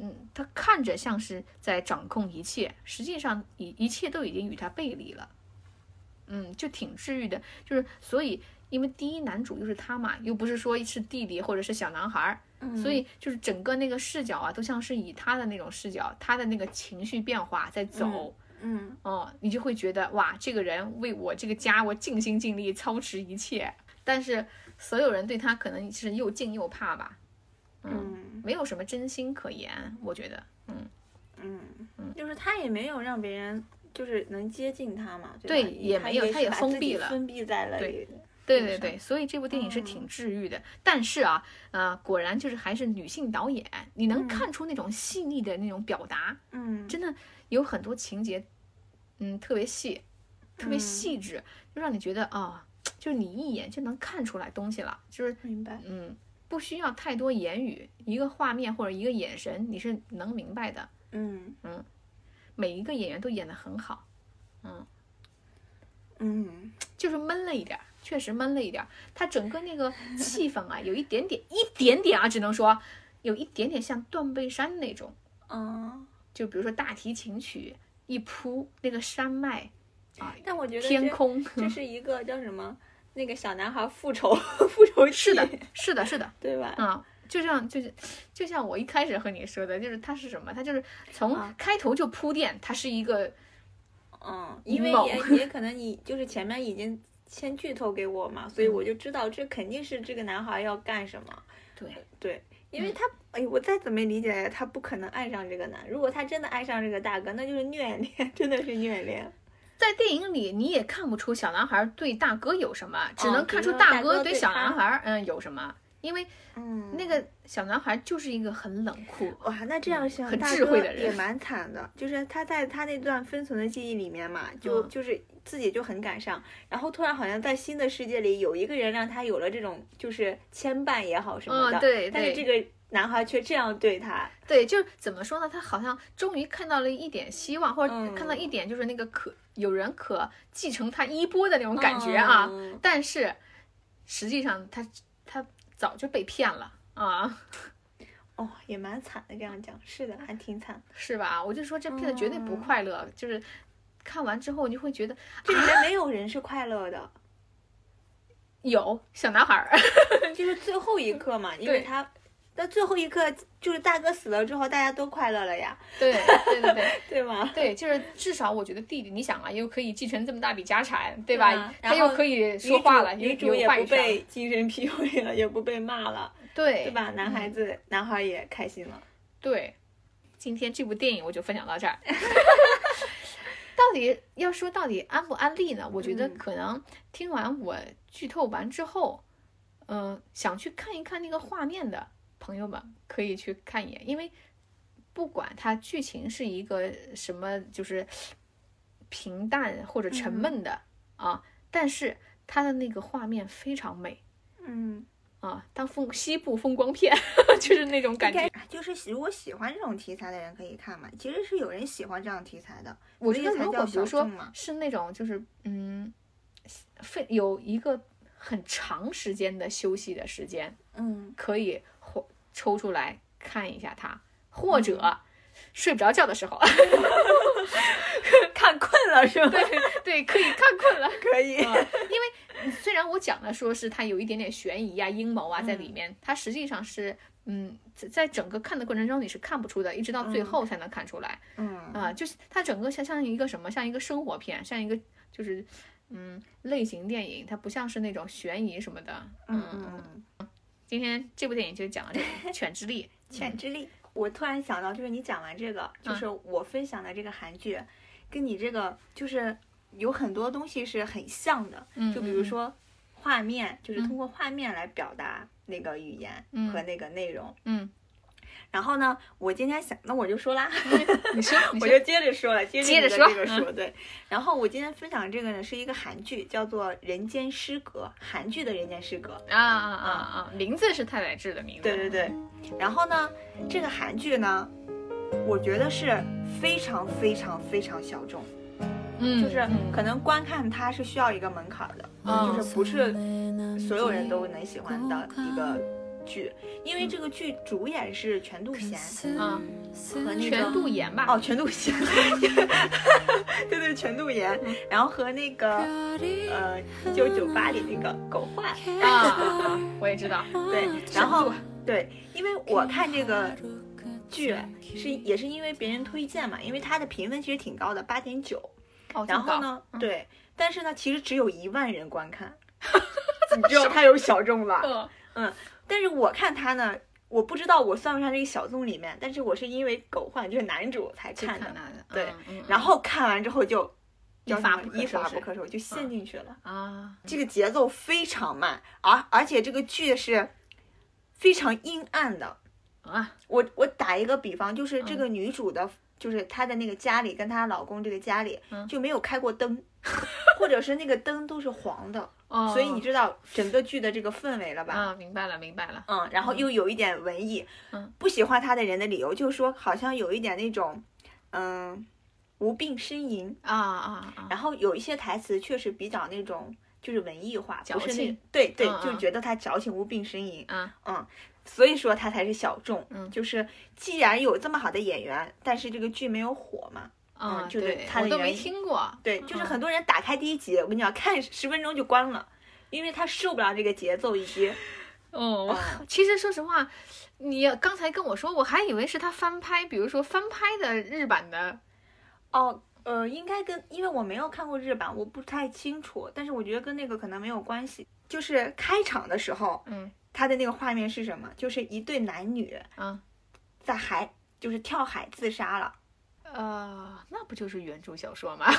嗯，他看着像是在掌控一切，实际上一一切都已经与他背离了。嗯，就挺治愈的，就是所以，因为第一男主又是他嘛，又不是说是弟弟或者是小男孩儿，嗯所以就是整个那个视角啊，都像是以他的那种视角，他的那个情绪变化在走。嗯哦，你就会觉得哇，这个人为我这个家，我尽心尽力，操持一切。但是所有人对他可能是又敬又怕吧，嗯没有什么真心可言，我觉得。嗯，就是他也没有让别人。就是能接近他嘛？对吧也没有他他也是把封自闭己了封闭在了对一个对是哦对的对，所以这部电影是挺治愈的。但是啊，呃，果然就是还是女性导演，你能看出那种细腻的那种表达，嗯，真的有很多情节，嗯，特别细，特别嗯细致，就让你觉得啊、就是你一眼就能看出来东西了，就是明白。嗯，不需要太多言语，一个画面或者一个眼神，你是能明白的。嗯每一个演员都演得很好，嗯就是闷了一点儿，确实闷了一点儿。他整个 那个气氛啊，有一点点，一点点啊，只能说有一点点像断背山那种。啊，就比如说大提琴曲一铺，那个山脉、啊但我觉得天这 空，这是一个叫什么？那个小男孩复仇复仇记是的，是的，是的，对吧？啊、就像就是就像我一开始和你说的，就是它是什么？它就是从啊开头就铺垫，它是一个嗯，因为某 也也可能你就是前面已经先剧透给我嘛，所以我就知道这肯定是这个男孩要干什么。对对，因为他、哎，我再怎么理解，他不可能爱上这个男。如果他真的爱上这个大哥，那就是虐恋， 真的是虐恋。在电影里，你也看不出小男孩对大哥有什么，只嗯能看出哥对小男孩嗯有什么，因为嗯那个小男孩就是一个很冷酷，哇，那这样想，嗯很大智慧哥的人也蛮惨的。就是他在他那段封存的记忆里面嘛，就、嗯就是自己就很感伤，然后突然好像在新的世界里有一个人让他有了这种就是牵绊也好什么的，嗯对但是这对个男孩却这样对他，对，就是怎么说呢？他好像终于看到了一点希望，或者嗯看到一点就是那个可有人可继承他衣钵的那种感觉啊，嗯但是实际上他他早就被骗了啊，哦，也蛮惨的。这样讲是的，还挺惨。嗯是吧？我就说这骗子绝对不快乐，就是。看完之后，你会觉得这里面没有人是快乐 的，有小男孩儿，就是最后一刻嘛，因为对他到最后一刻就是大哥死了之后，大家都快乐了呀， 对对对对对吗？对，就是至少我觉得弟弟，你想啊，又可以继承这么大笔家产，对吧？对啊他然又后可以说话了，女有主有也话语不权，被精神 PUA 了，也不被骂了，对对嗯吧？男孩子、男孩也开心了。对，今天这部电影我就分享到这儿。 到底要说到底安不安利呢？我觉得嗯可能听完我剧透完之后，嗯、想去看一看那个画面的朋友们可以去看一眼，因为不管它剧情是一个什么，就是平淡或者沉闷的、啊，但是它的那个画面非常美嗯，啊，当风西部风光片 就是那种感应觉该。就是喜如果喜欢这种题材的人可以看嘛，其实是有人喜欢这样题材的，我所觉以得才如叫果比小如说众嘛。是那种就是嗯，非有一个很长时间的休息的时间，嗯，可以或抽出来看一下它，或嗯者睡不着觉的时候， 看困了是吗？对对，可以看困了。 可以。啊因为 虽然我讲的说是它有一点点悬疑啊、阴谋啊在嗯里面，它实际上是嗯，在在整个看的过程中你是看不出的，一直到最嗯后才能看出来。嗯啊、就是它整个像像一个什么，像一个生活片，像一个就是嗯类型电影，它不像是那种悬疑什么的。嗯嗯嗯，今天这部电影就讲了 这个《犬之力》，犬之力。嗯我突然想到，就是你讲完这个，就是我分享的这个韩剧，跟你这个就是有很多东西是很像的。嗯就比如，说画面，就是嗯通过画面来表达那个语言嗯和那个内容。嗯，然后呢，我今天想，那我就说啦，嗯 你 说，你我说，就接着说了，接着接着你的说这个嗯说对。然后我今天分享的这个呢，是一个韩剧，叫做《人间失格》，韩剧的《人间失格》。啊啊啊啊！名字是太宰治的名字，对对对，然后呢，这个韩剧呢，我觉得是非常非常非常小众，嗯，就是嗯可能观看它是需要一个门槛的，嗯就是不是所有人都能喜欢的一个剧，因为这个剧主演是全度贤嗯啊，和那全个。度妍吧，哦，全度贤， 对对，全度妍，然后和那个呃，《一九九八》里那个狗焕，啊啊，啊我也 知道，对，然后对，因为我看这个剧是也是因为别人推荐嘛，因为它的评分其实挺高的，八点九。哦，然后这么呢，嗯对，但是呢，其实只有一万人观 看，你知道它有小众吧高，？嗯但是我看它呢，我不知道我算不算这个小众里面，但是我是因为狗焕就是男主才去看的，看他的，对嗯，嗯然后看完之后就。一发不可一收发拾嗯不可收，就陷进去了。啊，这个节奏非常慢，而而且这个剧是非常阴暗的，啊，我我打一个比方，就是这嗯个女主的，就是她的那个家里跟她老公这个家里、嗯就没有开过灯，或者是那个灯都是黄的，哦，所以你知道整个剧的这个氛围了吧？啊，明白了，明白了，嗯，然后又有一点文艺，嗯不喜欢她的人的理由就是说好像有一点那种，嗯，无病呻吟，啊啊啊，然后有一些台词确实比较那种。就是文艺化，矫不是那情对对，嗯就嗯觉得她矫情无病呻吟，啊，嗯，所以说他才是小众。嗯就是既然有这么好的演员，但是这个剧没有火嘛。啊，嗯就是对他我的都没原因听过。对，就是嗯很多人打开第一集，我跟你讲，看十分钟就关了，因为他受不了这个节奏以 及哦，我嗯 其实说实话，你刚才跟我说，我还以为是他翻拍，比如说翻拍的日版的，哦。呃，应该跟，因为我没有看过日版，我不太清楚，但是我觉得跟那个可能没有关系。就是开场的时候，嗯它的那个画面是什么？就是一对男女啊在海，就是跳海自杀了。呃，那不就是原著小 说吗？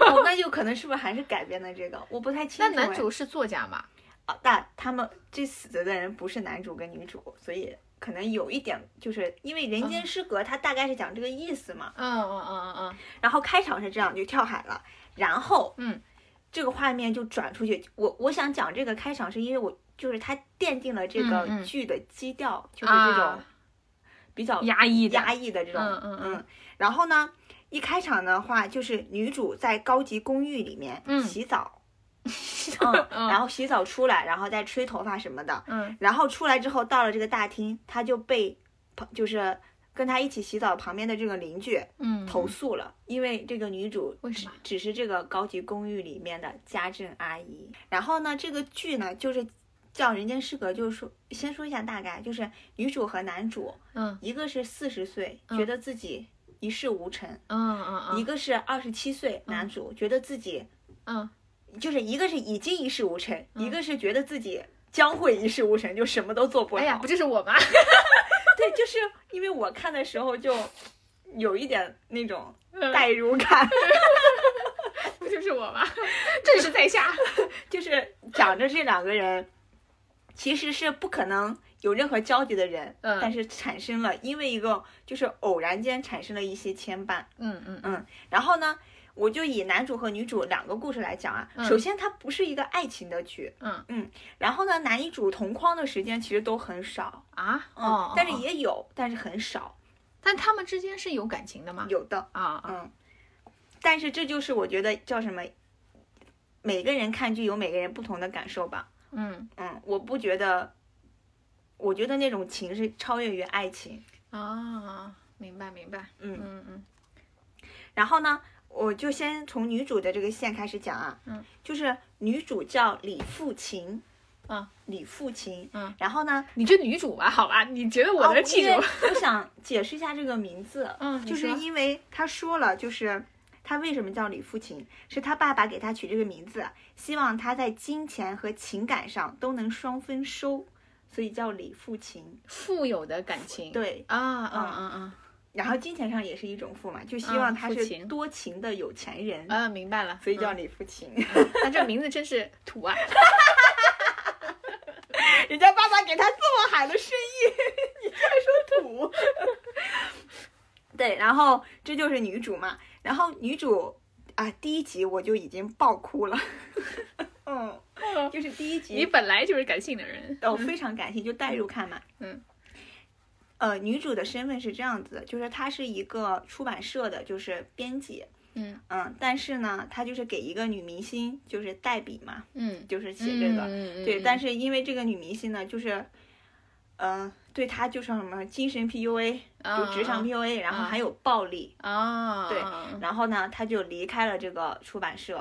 哦，那就可能是不是还是改编的这个？我不太清那楚。男主是作家嘛？啊，但他们这死的人不是男主跟女主，所以可能有一点就是因为《哦人间失格》，它大概是讲这个意思嘛。嗯嗯嗯嗯然后开场是这样，就跳海了，然后嗯这个画面就转出去。我我想讲这个开场，是因为我就是它奠定了这嗯嗯个剧的基调，就是这种啊比较嗯，压抑的，压抑的这种，嗯嗯嗯然后呢，一开场的话就是女主在高级公寓里面嗯洗 澡，嗯，然后洗澡出来，然后再吹头发什么的，嗯然后出来之后到了这个大厅，她就被朋就是跟他一起洗澡旁边的这个邻居嗯，投诉了，因为这个女主为什么？只是这个高级公寓里面的家政阿姨。然后呢，这个剧呢就是叫《人间失格》，就是说先说一下大概，就是女主和男主，嗯一个是四十岁，嗯觉得自己一事无成；嗯嗯嗯，一个是二十七岁，男主觉得自己嗯就是一个是已经一事无成，嗯一个是觉得自己。将会一事无成，就什么都做不了。哎呀，不就是我吗？ 对，就是因为我看的时候就有一点那种嗯代入感，不就是我 吗？正是在下。就是讲着这两个人其实是不可能有任何交集的人，嗯但是产生了因为一个就是偶然间产生了一些牵绊。嗯嗯然后呢，我就以男主和女主两个故事来讲啊。嗯首先，它不是一个爱情的剧，嗯嗯，然后呢，男女主同框的时间其实都很少，啊嗯，哦，但是哦也有，但是很少，但他们之间是有感情的吗？有的。啊啊嗯，但是这就是我觉得叫什么，每个人看剧有每个人不同的感受吧。嗯嗯，我不觉得，我觉得那种情是超越于爱情。啊，明白明白。嗯嗯嗯然后呢，我就先从女主的这个线开始讲啊。嗯，就是女主叫李富琴。啊，李富琴。嗯，然后呢，你就女主吧，好吧？你觉得我能记住？哦 因为我想解释一下这个名字。嗯，就是你说因为他说了，就是他为什么叫李富琴，是他爸爸给他取这个名字，希望他在金钱和情感上都能双丰收，所以叫李富琴。富有的感情。对，啊嗯嗯嗯然后金钱上也是一种富嘛，就希望嗯他富是琴多情的有钱人，啊，明白了。所以叫嗯李富琴。那这名字真是土啊！ 人家爸爸给他这么喊的深 意，你居然说土。 对，然后这就是女主嘛，然后女主啊，第一集我就已经爆哭了， 嗯，就是第一你集本来就是感性的人。哦，非常感性，就代入看嘛，嗯。呃，女主的身份是这样子的，就是她是一个出版社的，就是编辑，嗯嗯，但是呢，她就是给一个女明星就是代笔嘛，嗯，就是写这个，嗯对，但是是因为这个女明星呢，就是，嗯、对她就是什么精神 PUA，就职嗯场 PUA，、然后还有暴力，啊，对啊然后呢，她就离开了这个出版社。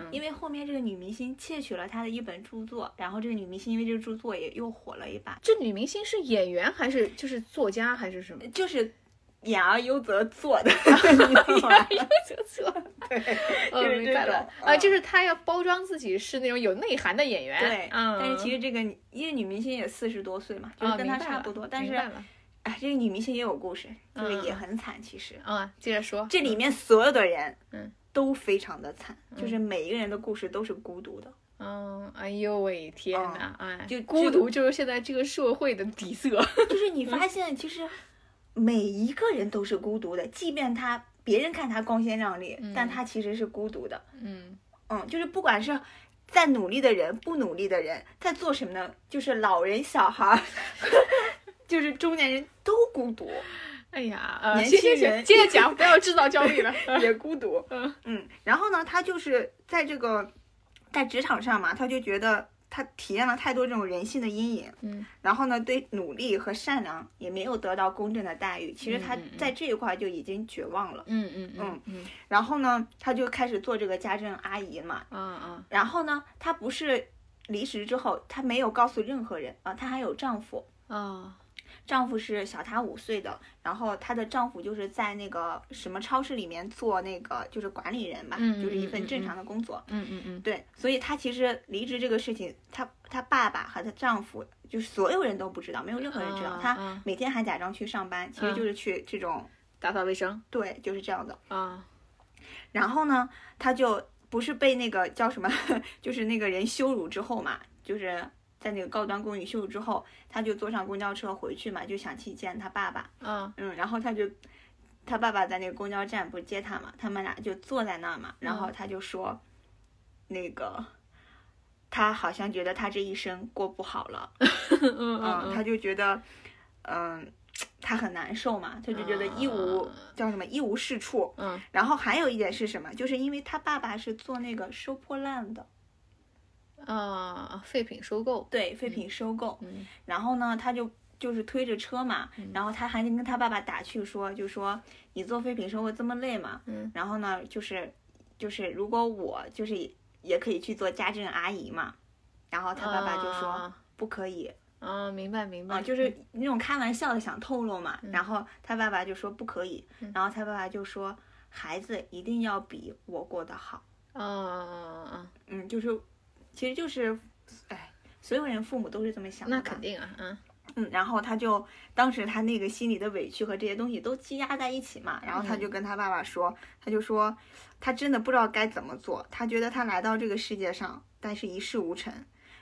嗯因为后面这个女明星窃取了她的一本著作，然后这个女明星因为这个著作也又火了一把，这女明星是演员还是就是作家还是什么？就是演而优则做 的，就 错，就 哦，是明这白种了啊，嗯就是她要包装自己是那种有内涵的演员，对。嗯，哦但是其实实这个女因为女明星也四十多岁嘛，就是跟她差不多，但是啊哎，这个女明星也有故事，就是嗯也很惨，其实。，嗯接着说，这里面所有的人，嗯，都非常的惨，就是每一个人的故事都是孤独的。嗯，哎呦喂，天哪，哎，哦就孤独就是现在这个社会的 底色，就是你嗯发现，其实每一个人都是孤独的，即便他别人看他光鲜亮丽，嗯但他其实是孤独的。嗯嗯，就是不管是。在努力的人，不努力的人，在做什么呢？就是老人、小孩儿， 就是中年人都孤独，哎呀，呃，年轻行行人行接着讲，不要制造焦虑了， 也孤独。嗯嗯，然后呢，他就是在这个在职场上嘛，他就觉得他体验了太多这种人性的阴影，嗯然后呢，对努力和善良也没有得到公正的待遇。其实他嗯嗯嗯在这一块就已经绝望了。嗯嗯嗯嗯然后呢，他就开始做这个家政阿姨嘛。啊啊，然后呢，她不是离职之后，她没有告诉任何人啊，她还有丈夫，哦，丈夫是小她五岁的。然后她的丈夫就是在那个什么超市里面做那个就是管理人吧，嗯嗯就是一嗯份嗯正常的工作。嗯嗯嗯，对，所以她其实离职这个事情，她她爸爸和她丈夫，就是所有人都不知道，没有任何人知道。啊她啊每天还假装去上班，其实就是去这种，打扫卫生对，就是这样的。啊，然后呢，她就不是被那个叫什么， 就是那个人羞辱之后嘛，就是在那个高端公寓羞辱之后，她就坐上公交车回去嘛，就想去见她爸爸。啊嗯，然后她就。她爸爸在那个公交站不是接她嘛，他们俩就坐在那儿嘛，然嗯后她就说，那个，她好像觉得她这一生过不好了， 嗯嗯嗯，他嗯就觉得，嗯，他很难受嘛，他就觉得一无、啊叫什么一无是处。嗯，然后还有一点是什么？就是因为他爸爸是做那个收破烂的，嗯啊，废品收购，对废品收购。嗯然后呢，他就就是推着车嘛，然后他还跟他爸爸打趣说，就说你做废品生活这么累嘛，嗯然后呢，就是就是如果我就是也也可以去做家政阿姨嘛，然后他爸爸就说、啊嗯不可以哦，明白明啊，白，就是那种开玩笑的想透露嘛，嗯然后他爸爸就说不可以，然后他爸爸就说孩子一定要比我过得好，嗯嗯嗯嗯，就是其实就是哎，所有人父母都是这么想嗯，的吧，那肯定啊，嗯嗯，然后他就当时他那个心里的委屈和这些东西都积压在一起嘛，然后他就跟他爸爸说，他就说他真的不知道该怎么做，他觉得他来到这个世界上，但是一事无成，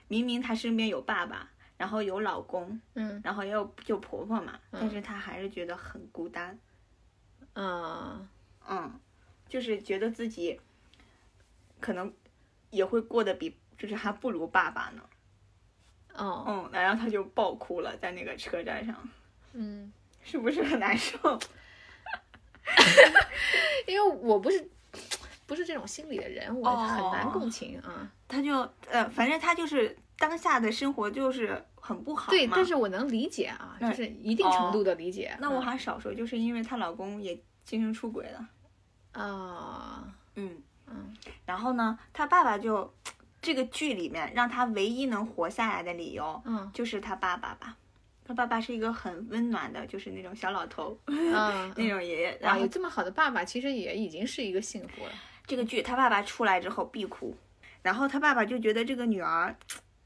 明明他身边有爸爸，然后有老公，嗯然后也有有婆婆嘛，但是他还是觉得很孤单，嗯嗯，就是觉得自己可能也会过得比就是还不如爸爸呢，哦嗯，然后他就爆哭了，在那个车站上，嗯，是不是很难受？因为我不是 不是这种心理的人，我哦很难共情啊。他就呃，反正他就是当下的生活就是很不好对，嘛但是嗯我能理解啊，嗯哦就是一定程度的理解。那我还少说，就是因为她老公也精神出轨了，啊，嗯嗯，然后呢，她爸爸就这个剧里面让她唯一能活下来的理由嗯就是她爸爸吧。她爸爸是一个很温暖的，就是那种小老头， 嗯，那种爷爷。然哇，后有这么好的爸爸，其实也已经是一个幸福了。这个剧，他爸爸出来之后必哭，然后他爸爸就觉得这个女儿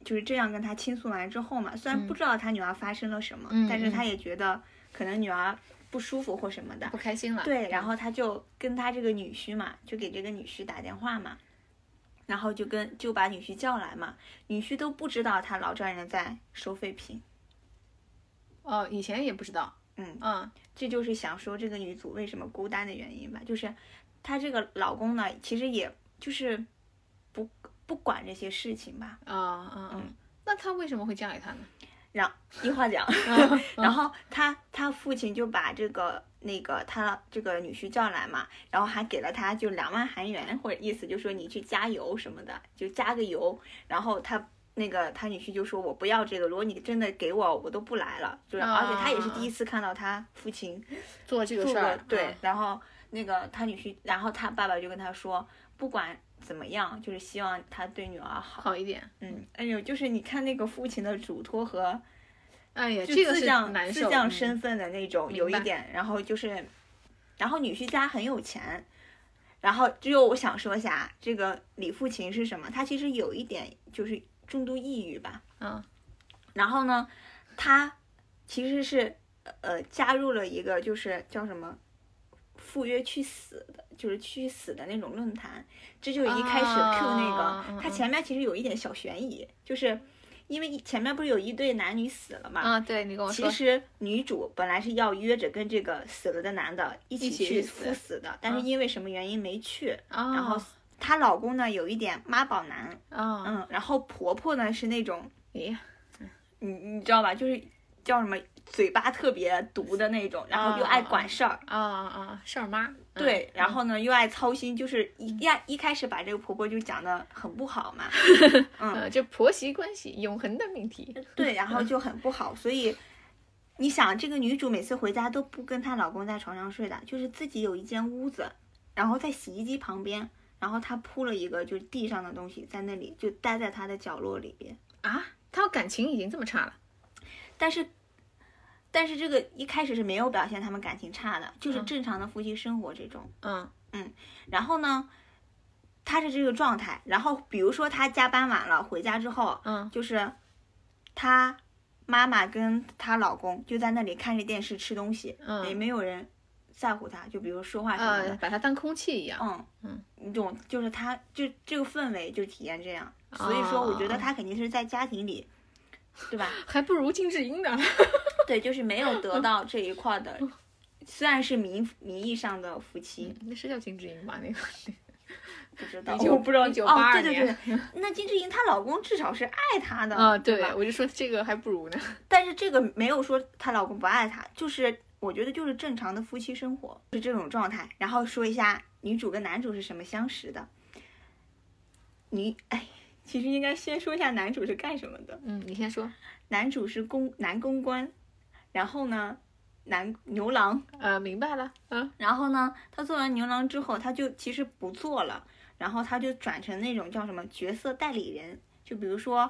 就是这样跟他倾诉完之后嘛，虽然不知道他女儿发生了什么，嗯但是嗯他也觉得可能女儿不舒服或什么的不，开心了。对，然后他就跟他这个女婿嘛，就给这个女婿打电话嘛，然后就跟就把女婿叫来嘛，女婿都不知道他老丈人在收废品，哦，以前也不知道。嗯嗯这就是想说这个女主为什么孤单的原因吧，就是她这个老公呢，其实也就是不不管这些事情 吧，啊啊嗯，那他为什么会嫁给他 呢？啊一话讲，嗯然后她她父亲就把这个那个她这个女婿叫来嘛，然后还给了她就两万韩元，或者意思就说你去加油什么的，就加个油。然后她那个她女婿就说我不要这个，如果你真的给我，我都不来了。就是而且她也是第一次看到她父亲做嗯这个做事过儿，对，然后那个他女婿，然后他爸爸就跟他说，不管怎么样，就是希望他对女儿好。啊好一点。嗯，哎呦，就是你看那个父亲的嘱托和哎呀，就这个自是降难自受。降嗯身份的那种，有一白点，然后就是，然后女婿家很有钱。然后，只有我想说一下，这个李富琴是什么？他其实有一点就是重度抑郁吧。嗯。然后呢，他其实是呃加入了一个就是叫什么“赴约去死”的，就是去死的那种论坛。这就一开始 Q 那个，啊嗯他嗯前面其实有一点小悬疑，就是因为前面不是有一对男女死了嘛。啊，对你跟我其说，实女主本来是要约着跟这个死了的男的一起一起去去死赴死的，但是嗯因为什么原因没去。啊，然后她老公呢有一点妈宝男，啊，嗯，然后婆婆呢是那种咦，你你知道吧，就是叫什么嘴巴特别毒的那种，然后又爱管事儿。啊啊啊，事儿妈，嗯对，然后呢又爱操心，就是一一一开始把这个婆婆就讲的很不好嘛，呃，这婆媳关系永恒的命题。对，然后就很不好，所以你想，这个女主每次回家都不跟她老公在床上睡的，就是自己有一间屋子，然后在洗衣机旁边，然后她铺了一个就是地上的东西，在那里就待在她的角落里边。啊，他感情已经这么差了，但是，但是这个一开始是没有表现他们感情差的，就是嗯正常的夫妻生活这种。嗯然后呢，她是这个状态。然后比如说她加班晚了，回家之后，嗯就是她妈妈跟她老公就在那里看着电视吃东西，也嗯，没有人在乎她，就比如说话什么呃，的，把他当空气一样，嗯嗯你懂，就是她就这个氛围就体验这样。所以说，我觉得她肯定是在家庭里，对 吧？还不如金智英呢。 对，就是没有得到这一块 的，虽然是名名义上的夫妻，那是叫金智英吧？那个不知道， 19哦我不知道1982哦，对对对，那金智英她老公至少是爱她的， 啊，哦对对吧，我就说这个还不如呢。 但是这个没有说她老公不爱她，就是我觉得就是正常的夫妻生活是这种状态。然后说一下女主跟男主是什么相识的，女哎，其实应该先说一下男主是干什么的。嗯，你先说。男主是公男公关，然后呢，男牛郎，呃，明白了，嗯，然后呢，他做完牛郎之后，他就其实不做了，然后他就转成那种叫什么角色代理人，就比如说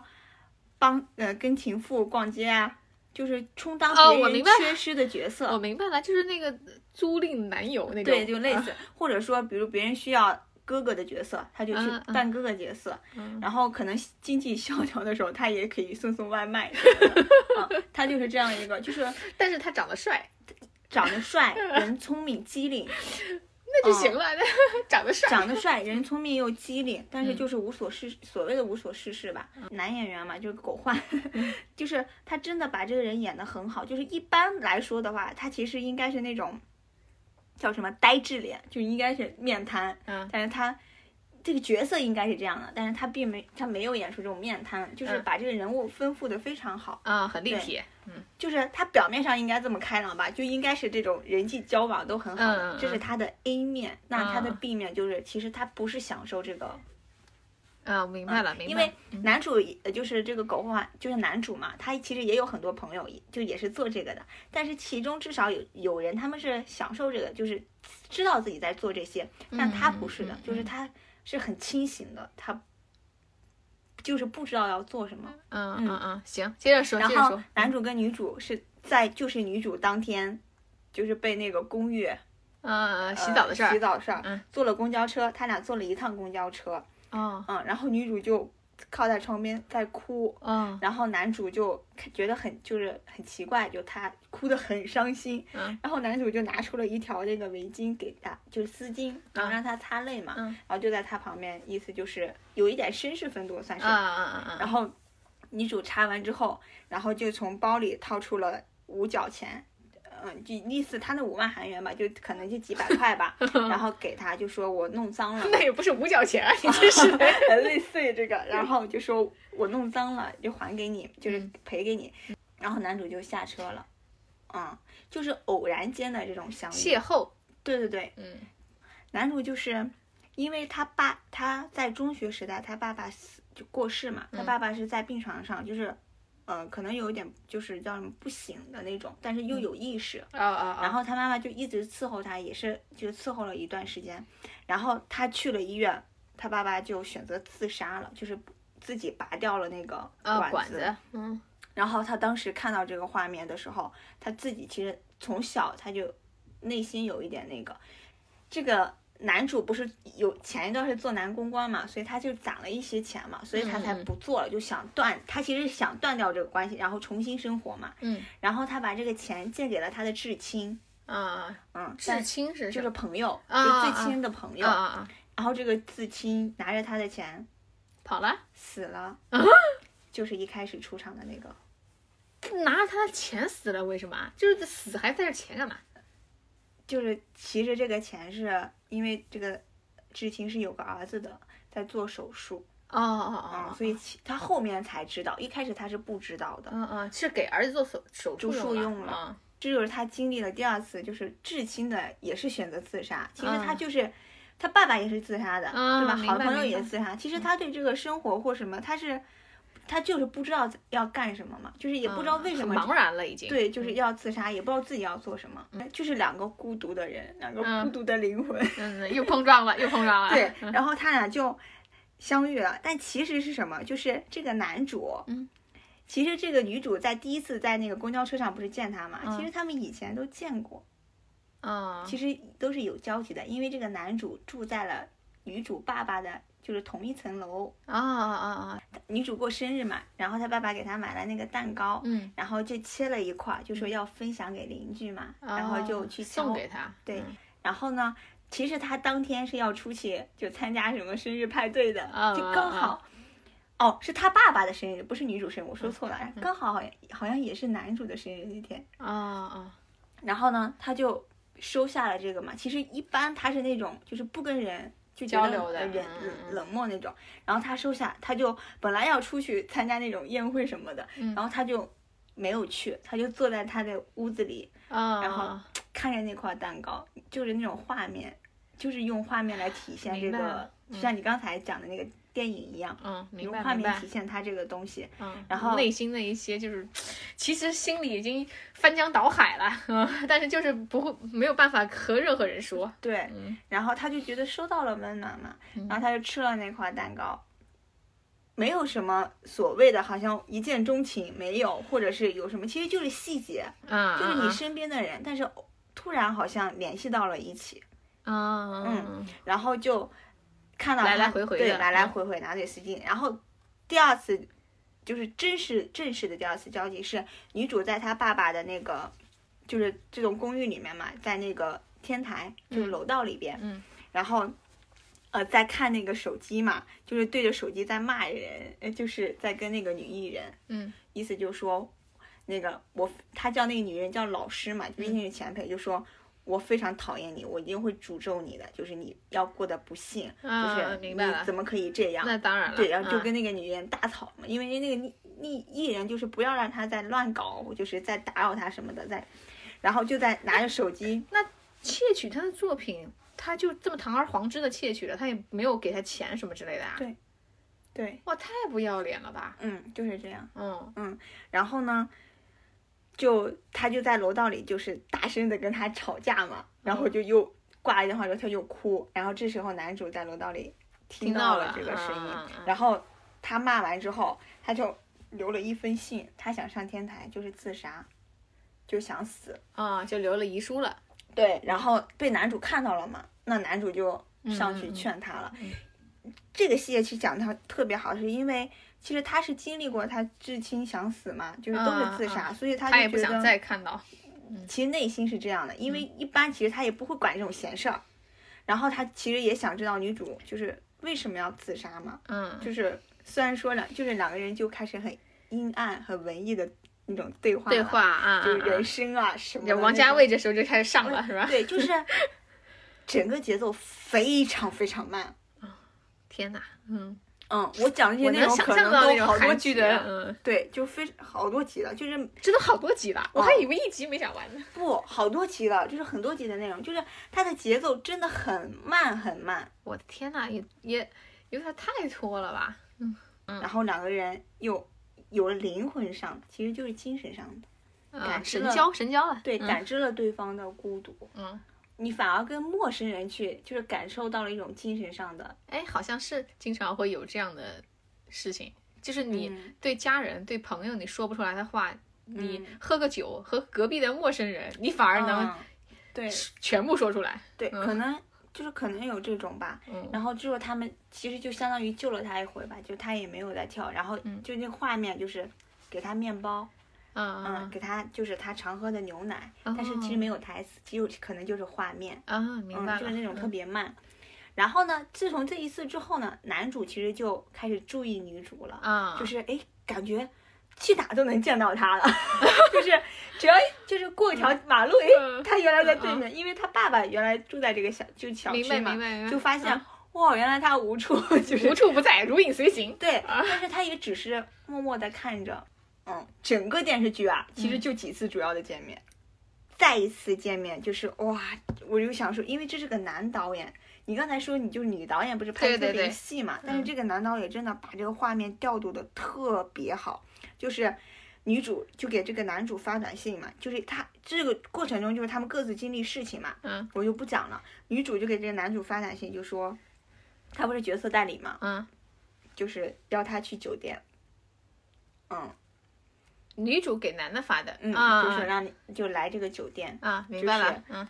帮呃跟情妇逛街啊，就是充当哦别我人明白缺失的角色，我明白了，就是那个租赁男友那种，啊对，就类啊似，或者说比如别人需要。哥哥的角色，他就嗯去嗯扮哥哥角色，嗯然后可能经济萧条的时候，他也可以送送外卖什么 的。嗯，他就是这样一个，就是但是他长得帅，长得 帅，人聪明机灵，那哦就行了， 长得帅，长得帅，人聪明又机灵，但是嗯就是无所事，所谓的无所事事吧。 男演员嘛，就是狗焕，嗯 就是他真的把这个人演得很好。就是一般来说的话，他其实应该是那种叫什么呆滞脸，就应该是面瘫，嗯但是他。这个角色应该是这样的，但是他并没他没有演出这种面瘫，就是嗯把这个人物丰富的非常好，啊，很立对体，就是他表面上应该这么开朗吧，就应该是这种人际交往都很好的，嗯嗯这是他的 A 面。那他的嗯 B 面就是，其实他不是享受这个啊，明白了，明白了，嗯因为男主也呃就是这个狗焕，就是男主嘛，他其实也有很多朋友，也就也是做这个的，但是其中至少有有人他们是享受这个，就是知道自己在做这些，但他不是的，嗯嗯嗯就是他是很清醒的，他就是不知道要做什么。嗯嗯嗯嗯，行，接着说，然接着后说，嗯男主跟女主是在救世女主当天。就是被那个公寓嗯，嗯洗呃澡的事洗儿，澡的事儿，嗯坐了公交车，他俩坐了一趟公交车，哦嗯，然后女主就靠在窗边在哭，哦，然后男主就看觉得很就是很奇怪，就他哭得很伤心，嗯然后男主就拿出了一条那个围巾给他，就是丝巾，然后嗯让他擦泪嘛，嗯然后就在他旁边，意思就是有一点绅士风度算啊是。啊啊然啊，后女主擦完之后，然后就从包里掏出了五角钱。嗯，就意思他那五万韩元吧，就可能就几百块 吧，然后给他就说我弄脏了，嗯那也不是五角钱啊，你这是 类似于这个，然后就说我弄脏了就还给你，就是嗯赔给你。然后男主就下车了，嗯，就是偶然间的这种相遇邂。逅，对对对，嗯男主就是因为他爸他在中学时代他爸爸死就过世嘛，他嗯爸爸是在病床上，就是呃可能有一点就是叫什么不醒的那种，但是又有意识，啊啊，啊然后他妈妈就一直伺候他，也是就伺候了一段时间。然后他去了医院，他爸爸就选择自杀了，就是自己拔掉了那个啊管管子，嗯然后他当时看到这个画面的时候，他自己其实从小他就内心有一点那个，这个男主不是有前一段是做男公关嘛，所以他就攒了一些钱嘛，所以他才嗯嗯嗯不做了，就想断，他其实想断掉这个关系，然后重新生活嘛。嗯然后他把这个钱借给了他的至亲，啊，嗯，至但亲是就是什朋友，啊就啊最亲的朋么友。啊啊啊，然后这个至亲拿着他的钱跑了，死了，啊就是一开始出场的那个，拿着他的钱死了，为什么啊？就是死还带着钱干嘛？就是其实这个钱是因为这个至亲是有个儿子的，在做手术哦啊、哦哦哦，所以其他后面才知道，一开始他是不知道的。嗯嗯，是给儿子做手手手术术用了啊这就是他经历了第二次，就是至亲的也是选择自杀。其实他嗯就是、他爸爸也是自杀的，嗯对吧？明好白朋友明也白嗯自杀。其实他对这个生活或什么，他是他就是不知道要干什么嘛，就是也不知道嗯为什很嗯么、茫然了已经，对，就是要自杀，也不知道自己要做什么，就是两个孤独的人，两个嗯孤独的灵魂。嗯，嗯又碰撞了，又碰撞了，对， 嗯然后他俩就相遇了，但其实是什么？就是这个男主，嗯，其实这个女主在第一次在那个公交车上不是见他嘛？其嗯实他们以前都见过，啊，其实都是有交集的，因为这个男主住在了女主爸爸的，就是同一层楼。啊啊啊啊，女主过生日嘛，然后他爸爸给她买了那个蛋糕，嗯，然后就切了一块儿，就说要分享给邻居嘛，然后就哦去送交给他，对嗯然后呢，其实他当天是要出去就参加什么生日派对的，啊就刚好。哦，是他爸爸的生日，不是女主生日，我嗯说错了，刚好好像好像也是男主的生日那天。啊啊，然后呢，他就收下了这个嘛。其实一般他是那种就是不跟人就觉得交流的呃人嗯嗯冷冷漠那种。然后他收下，他就本来要出去参加那种宴会什么的，嗯然后他就没有去，他就坐在他的屋子里，啊，然后看着那块蛋糕，就是那种画面，就是用画面来体现这明白个了，就像你刚才讲的那个电影一样，嗯，明用白画明面白体。现他这个东西。嗯，然后内心的一些就是，其实心里已经翻江倒海了，嗯，但是就是不会没有办法和任何人说。对，嗯然后他就觉得收到了温暖嘛，然后他就吃了那块蛋糕，没有什么所谓的好像一见钟情没有，或者是有什么，其实就是细节，嗯，就是你身边的人，但是突然好像联系到了一起，嗯嗯嗯然后就看到来来他回回对的来来嗯回回拿嘴私进，然后第二次就是真实正式的第二次交集是女主在她爸爸的那个就是这种公寓里面嘛，在那个天台就是嗯楼道里边，嗯然后呃在看那个手机嘛，就是对着手机在骂人，呃就是在跟那个女艺人，嗯意思就是说那个我他叫那个女人叫老师嘛，毕竟是前辈，就说。我非常讨厌你，我一定会诅咒你的，就是你要过得不幸，就是嗯，你明白了怎。么可以这样？那当然了，对，然后就嗯跟那个女人大吵嘛，因为那个艺艺艺人就是不要让他再乱搞，就是在打扰他什么的，在，然后就在拿着手机，窃取他的作品，他就这么堂而皇之的窃取了，他也没有给他钱什么之类的啊。对对，哇，太不要脸了吧！嗯，就是这样。嗯然后呢，就他就在楼道里就是大声的跟他吵架嘛，然嗯后就又挂了电话之后他就哭，然后这时候男主在楼道里听听到到了了这个声音，嗯嗯嗯然后他骂完之后，他就留了一封信，他想上天台就是自杀，就想死，啊、就留了遗书了。对，然后被男主看到了嘛，那男主就上嗯去嗯嗯劝他了。嗯这个细节其实讲的特别好，是因为其实他是经历过他至亲想死嘛，就是都是自杀，所以他嗯他也就不觉想得再嗯看到。其实内心是这样的，因为一般其实他也不会管这种闲事儿，然后他其实也想知道女主就是为什么要自杀嘛，嗯就是虽然说两就是两个人就开始很阴暗、很文艺的那种对话，对，话啊，就是嗯嗯人生啊什么的有那种，王家卫这时候就开始上了，嗯 是吧？对，就是整个节奏非常非常慢。天哪，嗯，嗯，我讲这些我内能容想可象能到那都种好多韩集剧的，了嗯，啊对，就非好多集了，就是真的好多集了，我还以为一集没讲完呢。不好多集了，就是很多集的内容，就是它的节奏真的很慢很慢，我的天哪，也也有点太拖了吧？嗯然后两个人又有了灵魂上的，其实就是精神上的，啊，感知神了交神交了，对，嗯感知了对方的孤独，嗯，你反而跟陌生人去，就是感受到了一种精神上的，哎，好像是经常会有这样的事情，就是你嗯对家人、对朋友你说不出来的话，你嗯喝个酒和隔壁的陌生人，你反而能嗯对全部说出来。对，嗯可能就是可能有这种吧，嗯然后之后他们其实就相当于救了他一回吧，就他也没有再跳，然后嗯就那画面就是给他面包，嗯嗯，嗯给他就是他常喝的牛奶，哦但是其实没有台词，只有可能就是画面，啊，明白嗯，了，就是那种特嗯别慢。然后呢，自从这一次之后呢，男主其实就开始注意女主了，啊，就是哎，感觉去哪都能见到他了， 就是只要就是过一条马路，哎、 嗯他原来在对面，因为他爸爸原来住在这个小就小明区白嘛明，白明白，就发现、嗯哇，原来他无处 就是无处不在，如影随形。对，但是他也只是默默的看着。嗯，整个电视剧啊，其嗯实就几次主要的见面，再一次见面就是哇，我就想说，因为这是个男导演，你刚才说你就是女导演不是拍对特对别对嗯细嘛，但是这个男导演真的把这个画面调度的特别好，就是。女主就给这个男主发短信嘛，就是他这个过程中就是他们各自经历事情嘛，嗯，我就不讲了。女主就给这个男主发短信，就说，他不是角色代理嘛，嗯，就是邀他去酒店，嗯女主给男的发的，嗯，啊就是让你就来这个酒店，啊，明白就是了，嗯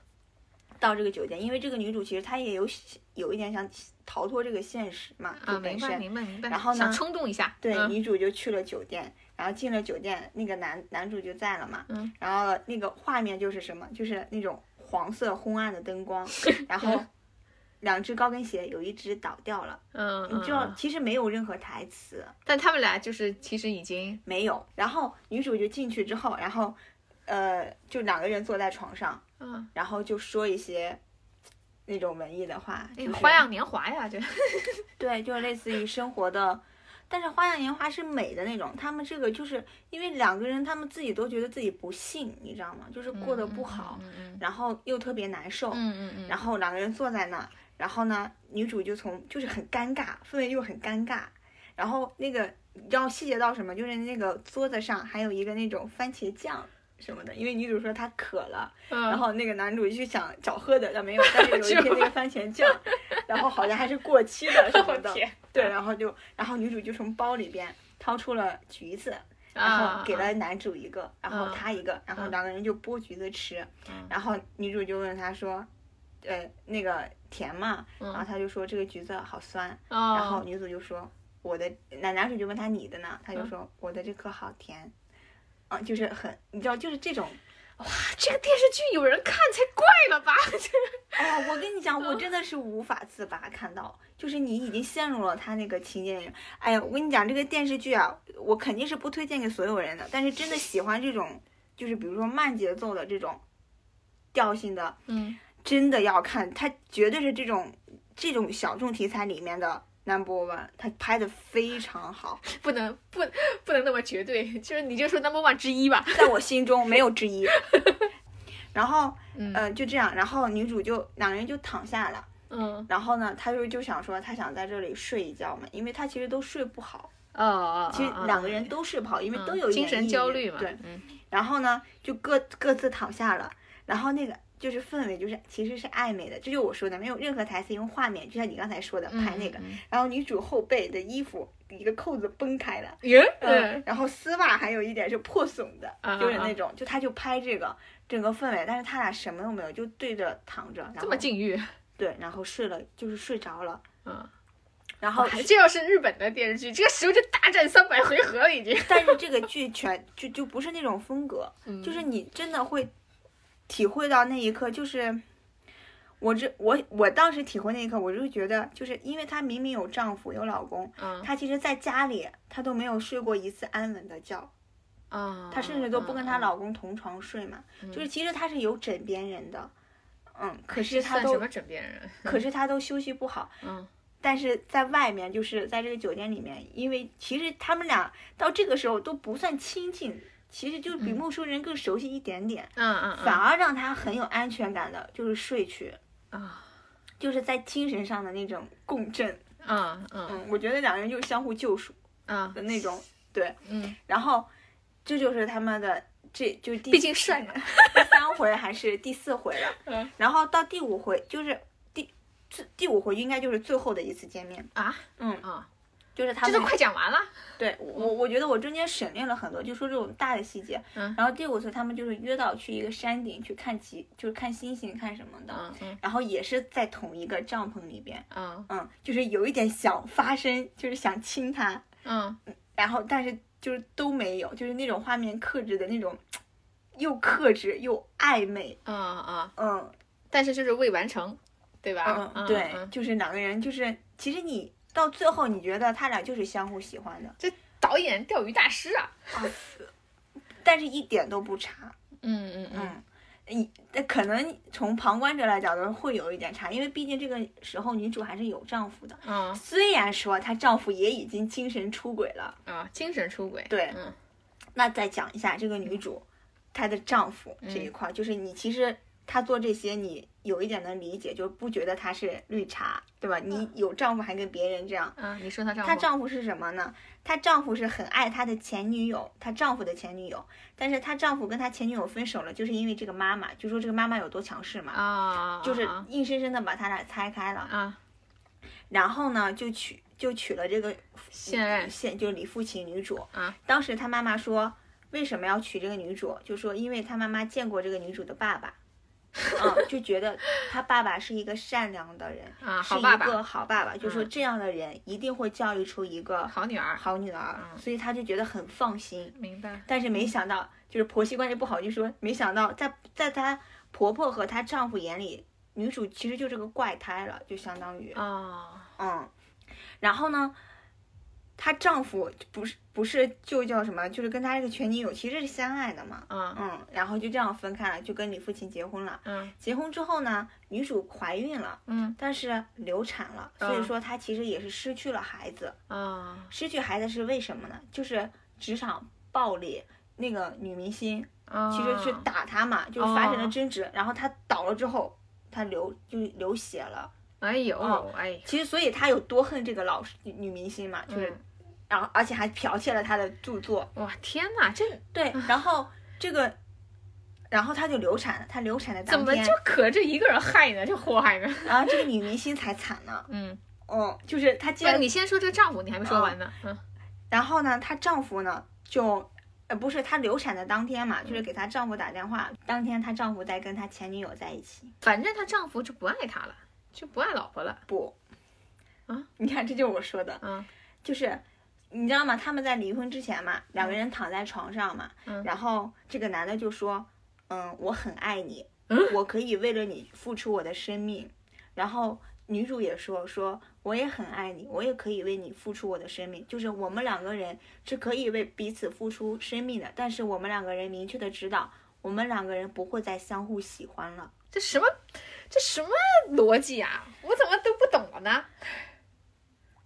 到这个酒店，因为这个女主其实她也有有一点想逃脱这个现实嘛，啊，就明本白身明白明白。然后呢想冲动一下，对嗯女主就去了酒店，然后进了酒店，那个男男主就在了嘛，嗯，然后那个画面就是什么，就是那种黄色昏暗的灯 光，然后两只高跟鞋有一只倒掉了，嗯，你嗯知道嗯其实没有任何台词，但他们俩就是其实已经没有，然后女主就进去之后，然后呃就两个人坐在床上。嗯，然后就说一些那种文艺的话，哎就是花样年华呀，这对，就类似于生活的。但是《花样年华》是美的那种，他们这个就是因为两个人，他们自己都觉得自己不幸，你知道吗？就是过得不好，嗯嗯然后又特别难受，嗯嗯嗯嗯，然后两个人坐在那儿，然后呢，女主就从就是很尴尬，氛围就很尴尬。然后那个，然后细节到什么，就是那个桌子上还有一个那种番茄酱什么的，因为女主说她渴了，然嗯，后那个男主就想找喝的，但没有，但是有一瓶那个番茄 酱，然后好像还是过期的什么的，天对，然后就，然后女主就从包里边掏出了橘子，然啊后给了男主一个，然后嗯他一个，然后嗯两个人就剥橘子吃。嗯然后女主就问他说：“呃，那个甜吗？”嗯然后他就说：“这个橘子好酸。”啊，啊然后女主就说：“我的。”男男主就问他：“你的呢？”他就嗯说：“我的这颗好甜。”啊，就是很，你知道，就是这种。这个电视剧有人看才怪了吧？哎呀，我跟你讲，我真的是无法自拔，看到就是你已经陷入了他那个情节里面。哎呀，我跟你讲，这个电视剧啊，我肯定是不推荐给所有人的，但是真的喜欢这种，就是比如说慢节奏的这种调性的，嗯，真的要看，它绝对是这种这种小众题材里面的 number one，它拍的非常好，不能不不能那么绝对， 就是你就说 number one 之一吧。在我心中没有之一。 然后，嗯呃，就这样，然后女主就两人就躺下了。嗯然后呢，他就就想说，他想在这里睡一觉嘛，因为他其实都睡不好，哦哦，其实两个人都睡不好，因为都有一点嗯精神抑郁焦虑嘛。对，嗯然后呢，就各各自躺下了，然后那个就是氛围，就是其实是暧昧的，这就我说的，没有任何台词，用画面，就像你刚才说的拍那个。嗯嗯然后女主后背的衣服一个扣子崩开了，耶，嗯，然后丝袜还有一点是破损的，啊就是啊啊那种，就他就拍这个整个氛围，但是他俩什么都没有，就对着躺着，然这后么禁欲，对，然后睡了，就是睡着了。嗯，然后这要是日本的电视剧，这个时候就大战三百回合了已经。但是这个剧全就就不是那种风 格，嗯就是你真的会体会到那一刻，就是我这我我当时体会那一刻，我就觉得，就是因为她明明有丈夫有老公，嗯她其实在家里她都没有睡过一次安稳的觉，啊，她甚至都不跟她嗯，老公同床睡嘛，嗯就是其实她是有枕边人的，嗯，可这是她算什都么枕边人？可是她都休息不好，嗯但是在外面，就是在这个酒店里面，因为其实他们俩到这个时候都不算亲近，其实就是比嗯陌生人更熟悉一点点，嗯嗯，反而让他很有安全感的，就是睡去，啊就是在精神上的那种共振。嗯嗯嗯，我觉得两人就相互救赎嗯的那 种，对。嗯，然后这就是他们的，这就是第毕竟啊帅嘛。第三回还是第四回了， 嗯然后到第五回就是第这第五回应该就是最后的一次见面，啊啊，就是他这们都快讲完了。对我，我觉得我中间省略了很多，就说这种大的细节。嗯然后第五次他们就是约到去一个山顶去看极，就是看星星看什么的，嗯嗯然后也是在同一个帐篷里边，嗯嗯，就是有一点想发生，就是想亲他，嗯然后但是就是都没有，就是那种画面克制的那种，又克制又暧昧，嗯嗯，嗯但是就是未完成，对吧？嗯，对，嗯就是两个人就是其实你到最后你觉得他俩就是相互喜欢的导演钓鱼大师啊。啊，但是一点都不差。嗯嗯嗯嗯，一那可能从旁观者来角度会有一点差，因为毕竟这个时候女主还是有丈夫的，嗯虽然说她丈夫也已经精神出轨了。啊，精神出轨。对嗯那再讲一下这个女主，她的丈夫这嗯一块儿，就是你其实她做这些，你有一点能理解，就不觉得她是绿茶，对吧？你嗯有丈夫还跟别人这样。嗯，你说她丈夫？她丈夫是什么呢？她丈夫是很爱她的前女友，她丈夫的前女友，但是她丈夫跟她前女友分手了，就是因为这个妈妈，就说这个妈妈有多强势嘛，啊，就是啊硬生生的把他俩拆开了，啊，然后呢，就娶就娶了这个现任现就是李富琴女主啊。当时他妈妈说为什么要娶这个女主，就说因为他妈妈见过这个女主的爸 爸，嗯，就觉得他爸爸是一个善良的人，啊，是好一爸爸，个好爸爸，就说嗯这样的人一定会教育出一个好女儿，好女儿，嗯所以他就觉得很放心。明白。但是没想到，就是婆媳关系不好，就说没想到在在她婆婆和她丈夫眼里，女主其实就是个怪胎了，就相当于，啊，嗯，然后呢，她丈夫不是不是就叫什么，就是跟她这个前女友其实是相爱的嘛，嗯嗯，然后就这样分开了，就跟李父亲结婚了。嗯结婚之后呢，女主怀孕了，嗯但是流产了，所以嗯说她其实也是失去了孩子。啊失去孩子是为什么呢？就是职场暴力，那个女明星啊，其实去打他嘛，就是发生了争执，然后他倒了之后，他流就是流血了，哎呦，哦哎呦，其实，所以他有多恨这个老师女女明星嘛，就是，嗯然后而且还剽窃了他的著作，哇，天哪，这 对，然后这个，然后他就流产了，他流产的怎当么天就，可这一个人害呢？这祸害呢？然后这个女明星才惨呢，嗯，嗯，就是她竟那然，你先说这个丈夫，你还没说完呢。哦嗯，然后呢，她丈夫呢就。呃，不是，她流产的当天嘛，就是给她丈夫打电话，当天她丈夫在跟她前女友在一起。反正她丈夫就不爱她了，就不爱老婆了。不，啊，你看，这就是我说的，嗯，就是你知道吗？他们在离婚之前嘛，两个人躺在床上嘛，嗯然后这个男的就说，嗯，我很爱你，嗯我可以为了你付出我的生命，然后。女主也说说我也很爱你，我也可以为你付出我的生命，就是我们两个人是可以为彼此付出生命的，但是我们两个人明确的知道，我们两个人不会再相互喜欢了。这什么，这什么逻辑啊？我怎么都不懂了呢？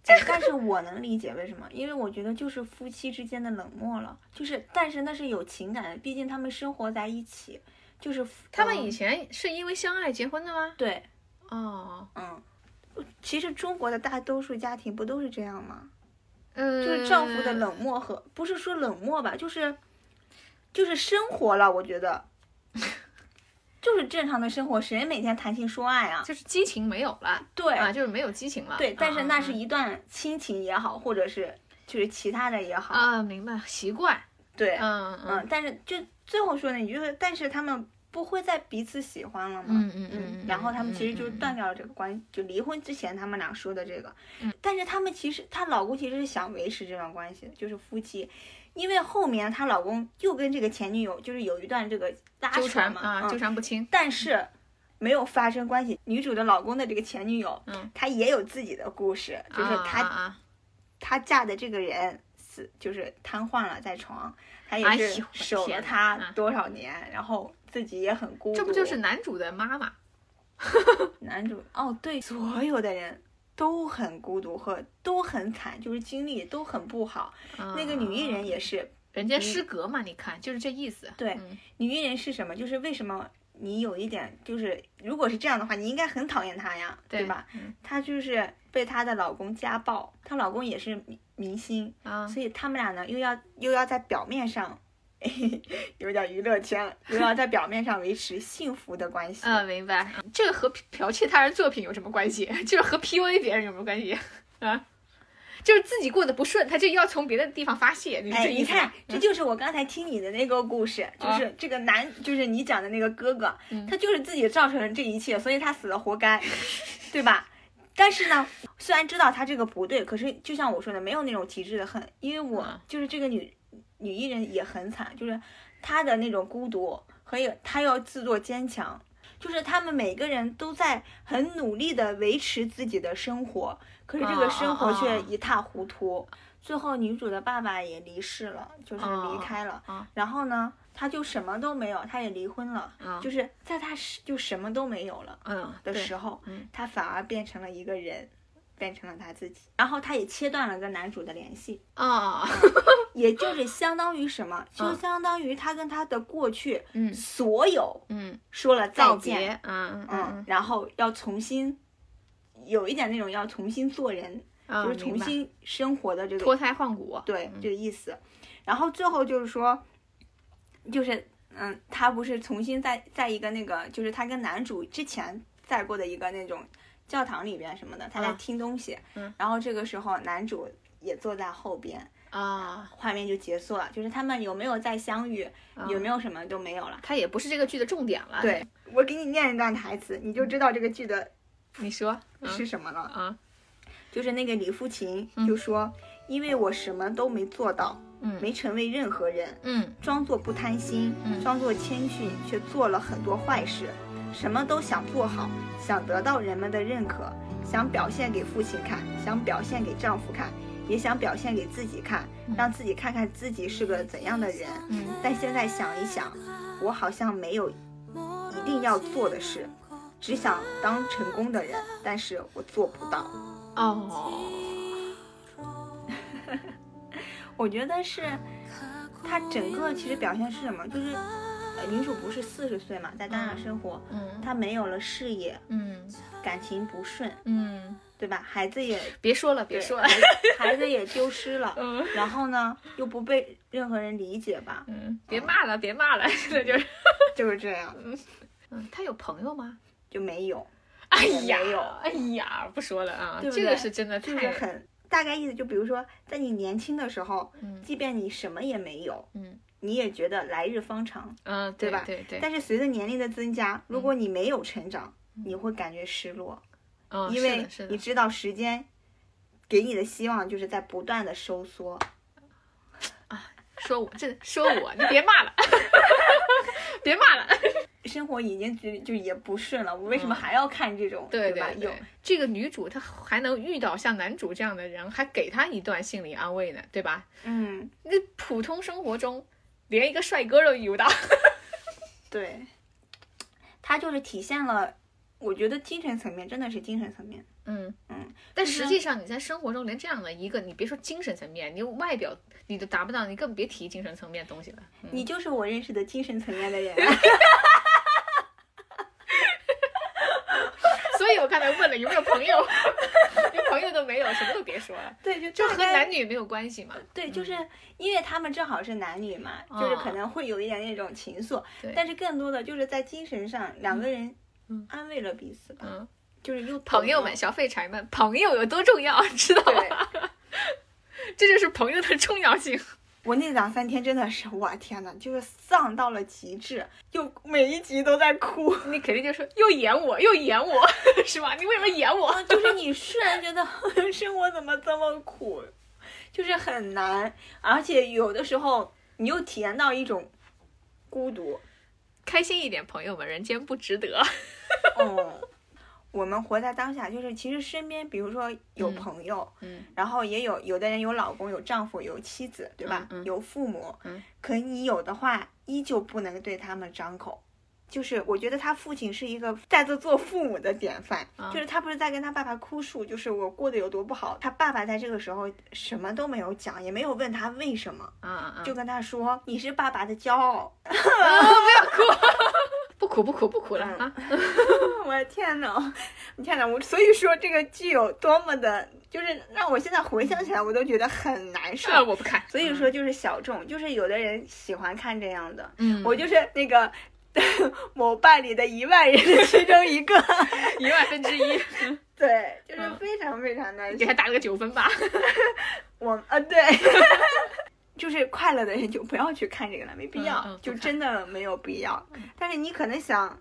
哎但是我能理解为什么，因为我觉得就是夫妻之间的冷漠了，就是但是那是有情感的，毕竟他们生活在一起，就是夫他们嗯以前是因为相爱结婚的吗？对，哦，嗯，其实中国的大多数家庭不都是这样吗？嗯，就是丈夫的冷漠和不是说冷漠吧，就是就是生活了，我觉得就是正常的生活，谁每天谈情说爱啊？就是激情没有了，对、啊，就是没有激情了。对，但是那嗯是一段亲情也好，或者是就是其他的也好，啊，明白习惯，对，嗯嗯嗯，但是就最后说的，你就是，但是他们不会再彼此喜欢了嘛？嗯嗯嗯然后他们其实就嗯嗯嗯嗯断掉了这个关系，就离婚之前他们俩说的这个。但是他们其实，她老公其实是想维持这段关系的，就是夫妻，因为后面她老公又跟这个前女友就是有一段这个拉纠扯缠嘛，啊，嗯纠缠不清。但是没有发生关系。女主的老公的这个前女友，嗯她也有自己的故事，就是她、啊啊她嫁的这个人死，就是瘫痪了在床，她哎也呦是我的守天了呐他啊多少年，然后自己也很孤独。这不就是男主的妈妈？男主？哦，对，所有的人都很孤独和都很惨，就是经历都很不好。那那个女艺人也是，啊人嗯家失格嘛，你看就是这意思。对嗯女艺人是什么？就是为什么？你有一点就是，如果是这样的话，你应该很讨厌她呀，对对吧？？嗯她就是被她的老公家暴，她老公也是明明星，啊，所以他们俩呢，又要又要在表面上， 有点娱乐圈了，又要在表面上维持幸福的关系。嗯，明白。这个和剽窃他人作品有什么关系？ 就是和 PUA 别人有什么关系？ 啊，就是自己过得不顺，他就要从别的地方发泄，你是哎，这意你思吗看，这就是我刚才听你的那个故事，就啊是这个男，就是你讲的那个哥哥，嗯他就是自己造成了这一切，所以他死的活该， 对吧？但是呢，虽然知道他这个不对，可是就像我说的，没有那种极致的恨，因为我、嗯就是这个女女艺人也很惨，就是她的那种孤独和有她要自作坚强，就是他们每个人都在很努力的维持自己的生活，可是这啊个生活啊却啊一塌糊涂。最后女主的爸爸也离世了，就是离哦开了。哦然后呢，她就什么都没有，她也离婚了。嗯就是在她是就什么都没有了嗯，的对时候嗯，她反而变成了一个人，变成了她自己。然后她也切断了跟男主的联系，啊，也就是相当于什么？就嗯相当于她跟她的过去嗯所有嗯，说了再告见，别，嗯嗯嗯，然后要重新，有一点那种要重新做人，嗯，就是明重白新生活的这种脱胎换骨。对，嗯这个意思。然后最后就是说，就是嗯，她不是重新在在一个那个，就是她跟男主之前在过的一个那种教堂里边什么的，她在啊听东西，嗯然后这个时候男主也坐在后边，啊，画面就结束了，就是他们有没有再相遇，有没有？有什么都没有了。他也不是这个剧的重点了。对，嗯我给你念一段台词，你就知道这个剧的你说，嗯是什么了。啊，就是那个李富琴嗯就说，因为我什么都没做到，嗯没成为任何人，嗯装作不贪心，嗯装作谦逊，却做了很多坏事，什么都想做好，想得到人们的认可，想表现给父亲看，想表现给丈夫看，也想表现给自己看，让自己看看自己是个怎样的人。嗯但现在想一想，我好像没有一定要做的事，只想当成功的人，但是我做不到。哦，我觉得是，他整个其实表现是什么？就是，呃女主不是四十岁嘛，在大厂生活，嗯她没有了事业，嗯感情不顺，嗯，对吧？孩子也别说了， 别说了，孩子也丢失了，嗯然后呢，又不被任何人理解吧，嗯，别骂了，别骂了，真的就是，就是这样，嗯，他有朋友吗？就没有， 哎也呀没有，哎呀，不说了啊，对不这对个是真的就是太，很大概意思，就比如说，在你年轻的时候，嗯即便你什么也没有，嗯你也觉得来日方长，嗯，对吧对对，但是随着年龄的增加，如果你没有成长，你会感觉失落，嗯，因是为的是你的，知道时间给你的希望就是在不断的收缩。说我这说我，你别骂了， 别骂 了，生活已经就就也不顺了，我为什么还要看这种，嗯对吧？有对，这个女主她还能遇到像男主这样的人，还给她一段心理安慰呢，对吧？嗯，那普通生活中连一个帅哥都遇不到，对，它就是体现了，我觉得精神层面真的是精神层面， 嗯嗯，但就实是际上你在生活中连这样的一个，你别说精神层面，你外表你都达不到，你更别提精神层面东西了。嗯你就是我认识的精神层面的 人。 所以我刚才问了有没有朋友， 连朋友都没有，什么都别说了，对，就这大和概男女没有关系嘛。对，就是因为他们正好是男女嘛，就是可嗯能会有一点那种情愫，对但是更多的就是在精神上两个人嗯安慰了彼此吧，嗯，就是又懂朋友们、了小废柴们，朋友有多重要， 知道对吗？这就是朋友的重要性。我那两三天真的是，我天呐，就是丧到了极致，就每一集都在哭。你肯定就说又演我，又演我， 是吧？你为什么演我？哦就是你突然觉得 生活怎么这么苦，就是很难，而且有的时候你又体验到一种孤 独。开心一点，朋友们，人间不值得。嗯，我们活在当下，就是其实身边，比如说有嗯朋友，嗯然后也有有的人有老公、有丈夫、有妻子，对吧？嗯嗯有父母，嗯可你有的话，依旧不能对他们张口。就是我觉得他父亲是一个在这做父母的典范，啊就是他不是在跟他爸爸哭诉，就是我过得有多不好。他爸爸在这个时候什么都没有讲，也没有问他为什么，啊啊！就跟他说你是爸爸的骄傲。不苦不苦不苦了嗯啊！ 我的天呐，我天呐，我所以说这个剧有多么的，就是让我现在回想起来，我都觉得很难受。啊，我不看。所以说就是小众，就是有的人喜欢看这样的。嗯，我就是那个 某办里的一万人的其中一个， 一万分之一， 对，就是嗯非常非常的给他打了个九分吧。我啊， 对，就是快乐的人就不要去看这个了，没必要，嗯嗯就不看嗯真的没有必要。但是你可能想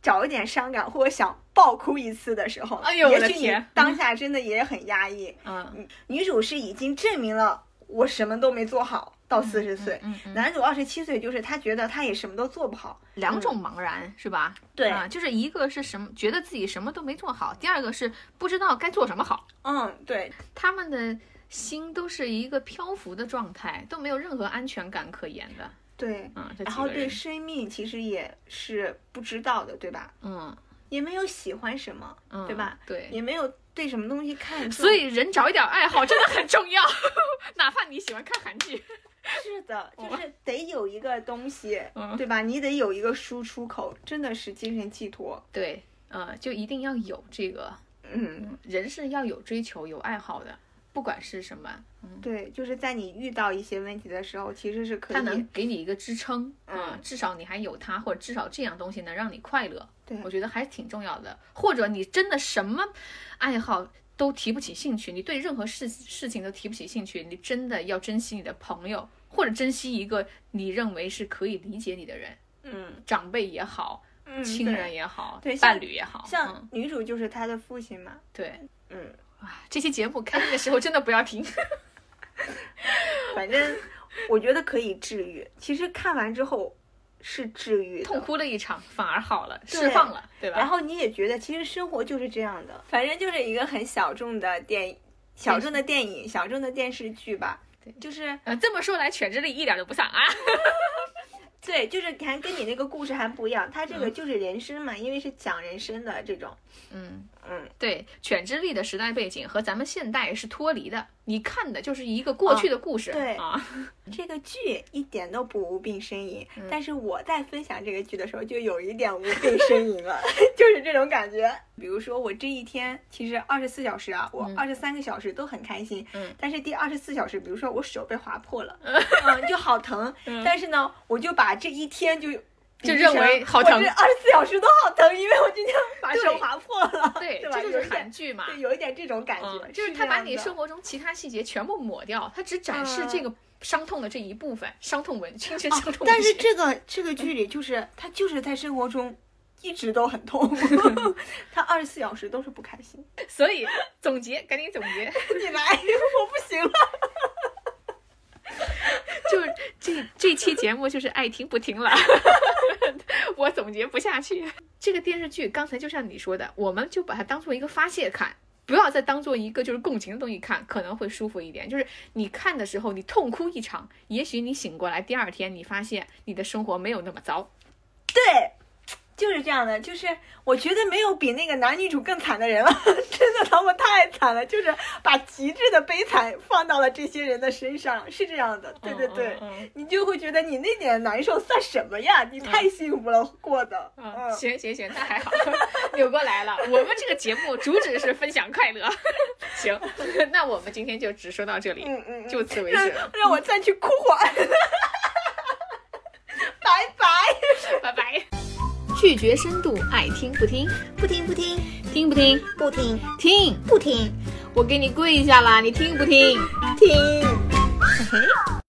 找一点伤感，或者想爆哭一次的时候，哎呦我也的许你天当下真的也很压抑。嗯，女主是已经证明了我什么都没做好，到四十岁。嗯嗯，男主二十七岁，就是他觉得他也什么都做不好，两种茫然是吧？对啊，就是一个是什么，觉得自己什么都没做好；第二个是不知道该做什么好。嗯，对，他们的心都是一个漂浮的状态，都没有任何安全感可言的。对，嗯，这然几后个对人，生命其实也是不知道的，对吧？嗯也没有喜欢什么，嗯，对吧？对。也没有对什么东西看重，所以人找一点爱好真的很重要， 哪怕你喜欢看韩剧，是的，我就是得有一个东西，嗯对吧？你得有一个输出口，真的是精神寄托。对，呃，就一定要有这个，嗯，人是要有追求、有爱好的，不管是什么，嗯对，就是在你遇到一些问题的时候，其实是可它以能，给你一个支撑，嗯嗯，至少你还有它，或者至少这样东西能让你快乐，对我觉得还是挺重要的。或者你真的什么爱好都提不起兴趣，你对任何事事情都提不起兴趣，你真的要珍惜你的朋友，或者珍惜一个你认为是可以理解你的人，嗯长辈也好，嗯，亲对人也好，对像伴侣也好，嗯像、女主就是她的父亲嘛，对。嗯，哇，这期节目开心的时候真的不要停，反正我觉得可以治愈。其实看完之后是治愈的，痛哭了一场反而好了，对释放了，对吧？然后你也觉得其实生活就是这样的，反正就是一个很小众的电影、小众的电影、小众的电视剧吧。对就是呃，这么说来，《犬之力》一点都不丧啊。对，就是嗯还跟你那个故事还不一样，它这个就是人生嘛，因为是讲人生的这种，嗯，嗯，对犬之力的时代背景和咱们现代是脱离的，你看的就是一个过去的故事啊对 啊，这这个剧一点都不无病呻吟，嗯但是我在分享这个剧的时候，就有一点无 病呻吟了，就是这种感觉。比如说我这一天其实二十四小时啊，我嗯二十三个小时都很开心，嗯但是第二十四小时，比如说我手被划破了，嗯，就好疼， 嗯 但是呢，我就把这一天就。就认为好疼我这二十四小时都好疼，因为我今天把手对划破了， 对，吧？这有就是一点韩剧嘛，对，有一点这种感觉，嗯，就是是他这把样你的嗯生活中其他细节全部抹掉，他只展示这个伤痛的这一部分，伤痛文，亲身伤痛文学。哦但是这个这个剧里就是他就是在生活中一直都很痛， 他二十四小时都是不开心。所以总结，赶紧总 结，你来，我不行了。 就是这这期节目就是爱听不听了， 我总结不下去。这个电视剧刚才就像你说的，我们就把它当做一个发泄看，不要再当做一个就是共情的东西看，可能会舒服一点。就是你看的时候，你痛哭一场，也许你醒过来第二天，你发现你的生活没有那么糟。对，就是这样的，就是我觉得没有比那个男女主更惨的人了， 真的他们太惨了，就是把极致的悲惨放到了这些人的身上，是这样的。对对嗯对。嗯嗯你就会觉得你那点难受算什么呀？你太幸福了，过嗯的。啊，行行行，那还好， 扭过来了。我们这个节目主旨是分享快乐。 行，那我们今天就只说到这里，嗯嗯，嗯就此为让 止，让我再去哭会儿。 拜拜。拜拜。拒绝深度，爱听不听，不听不听听不听，不听听，不听我给你跪下了，你听不听？听，嘿嘿。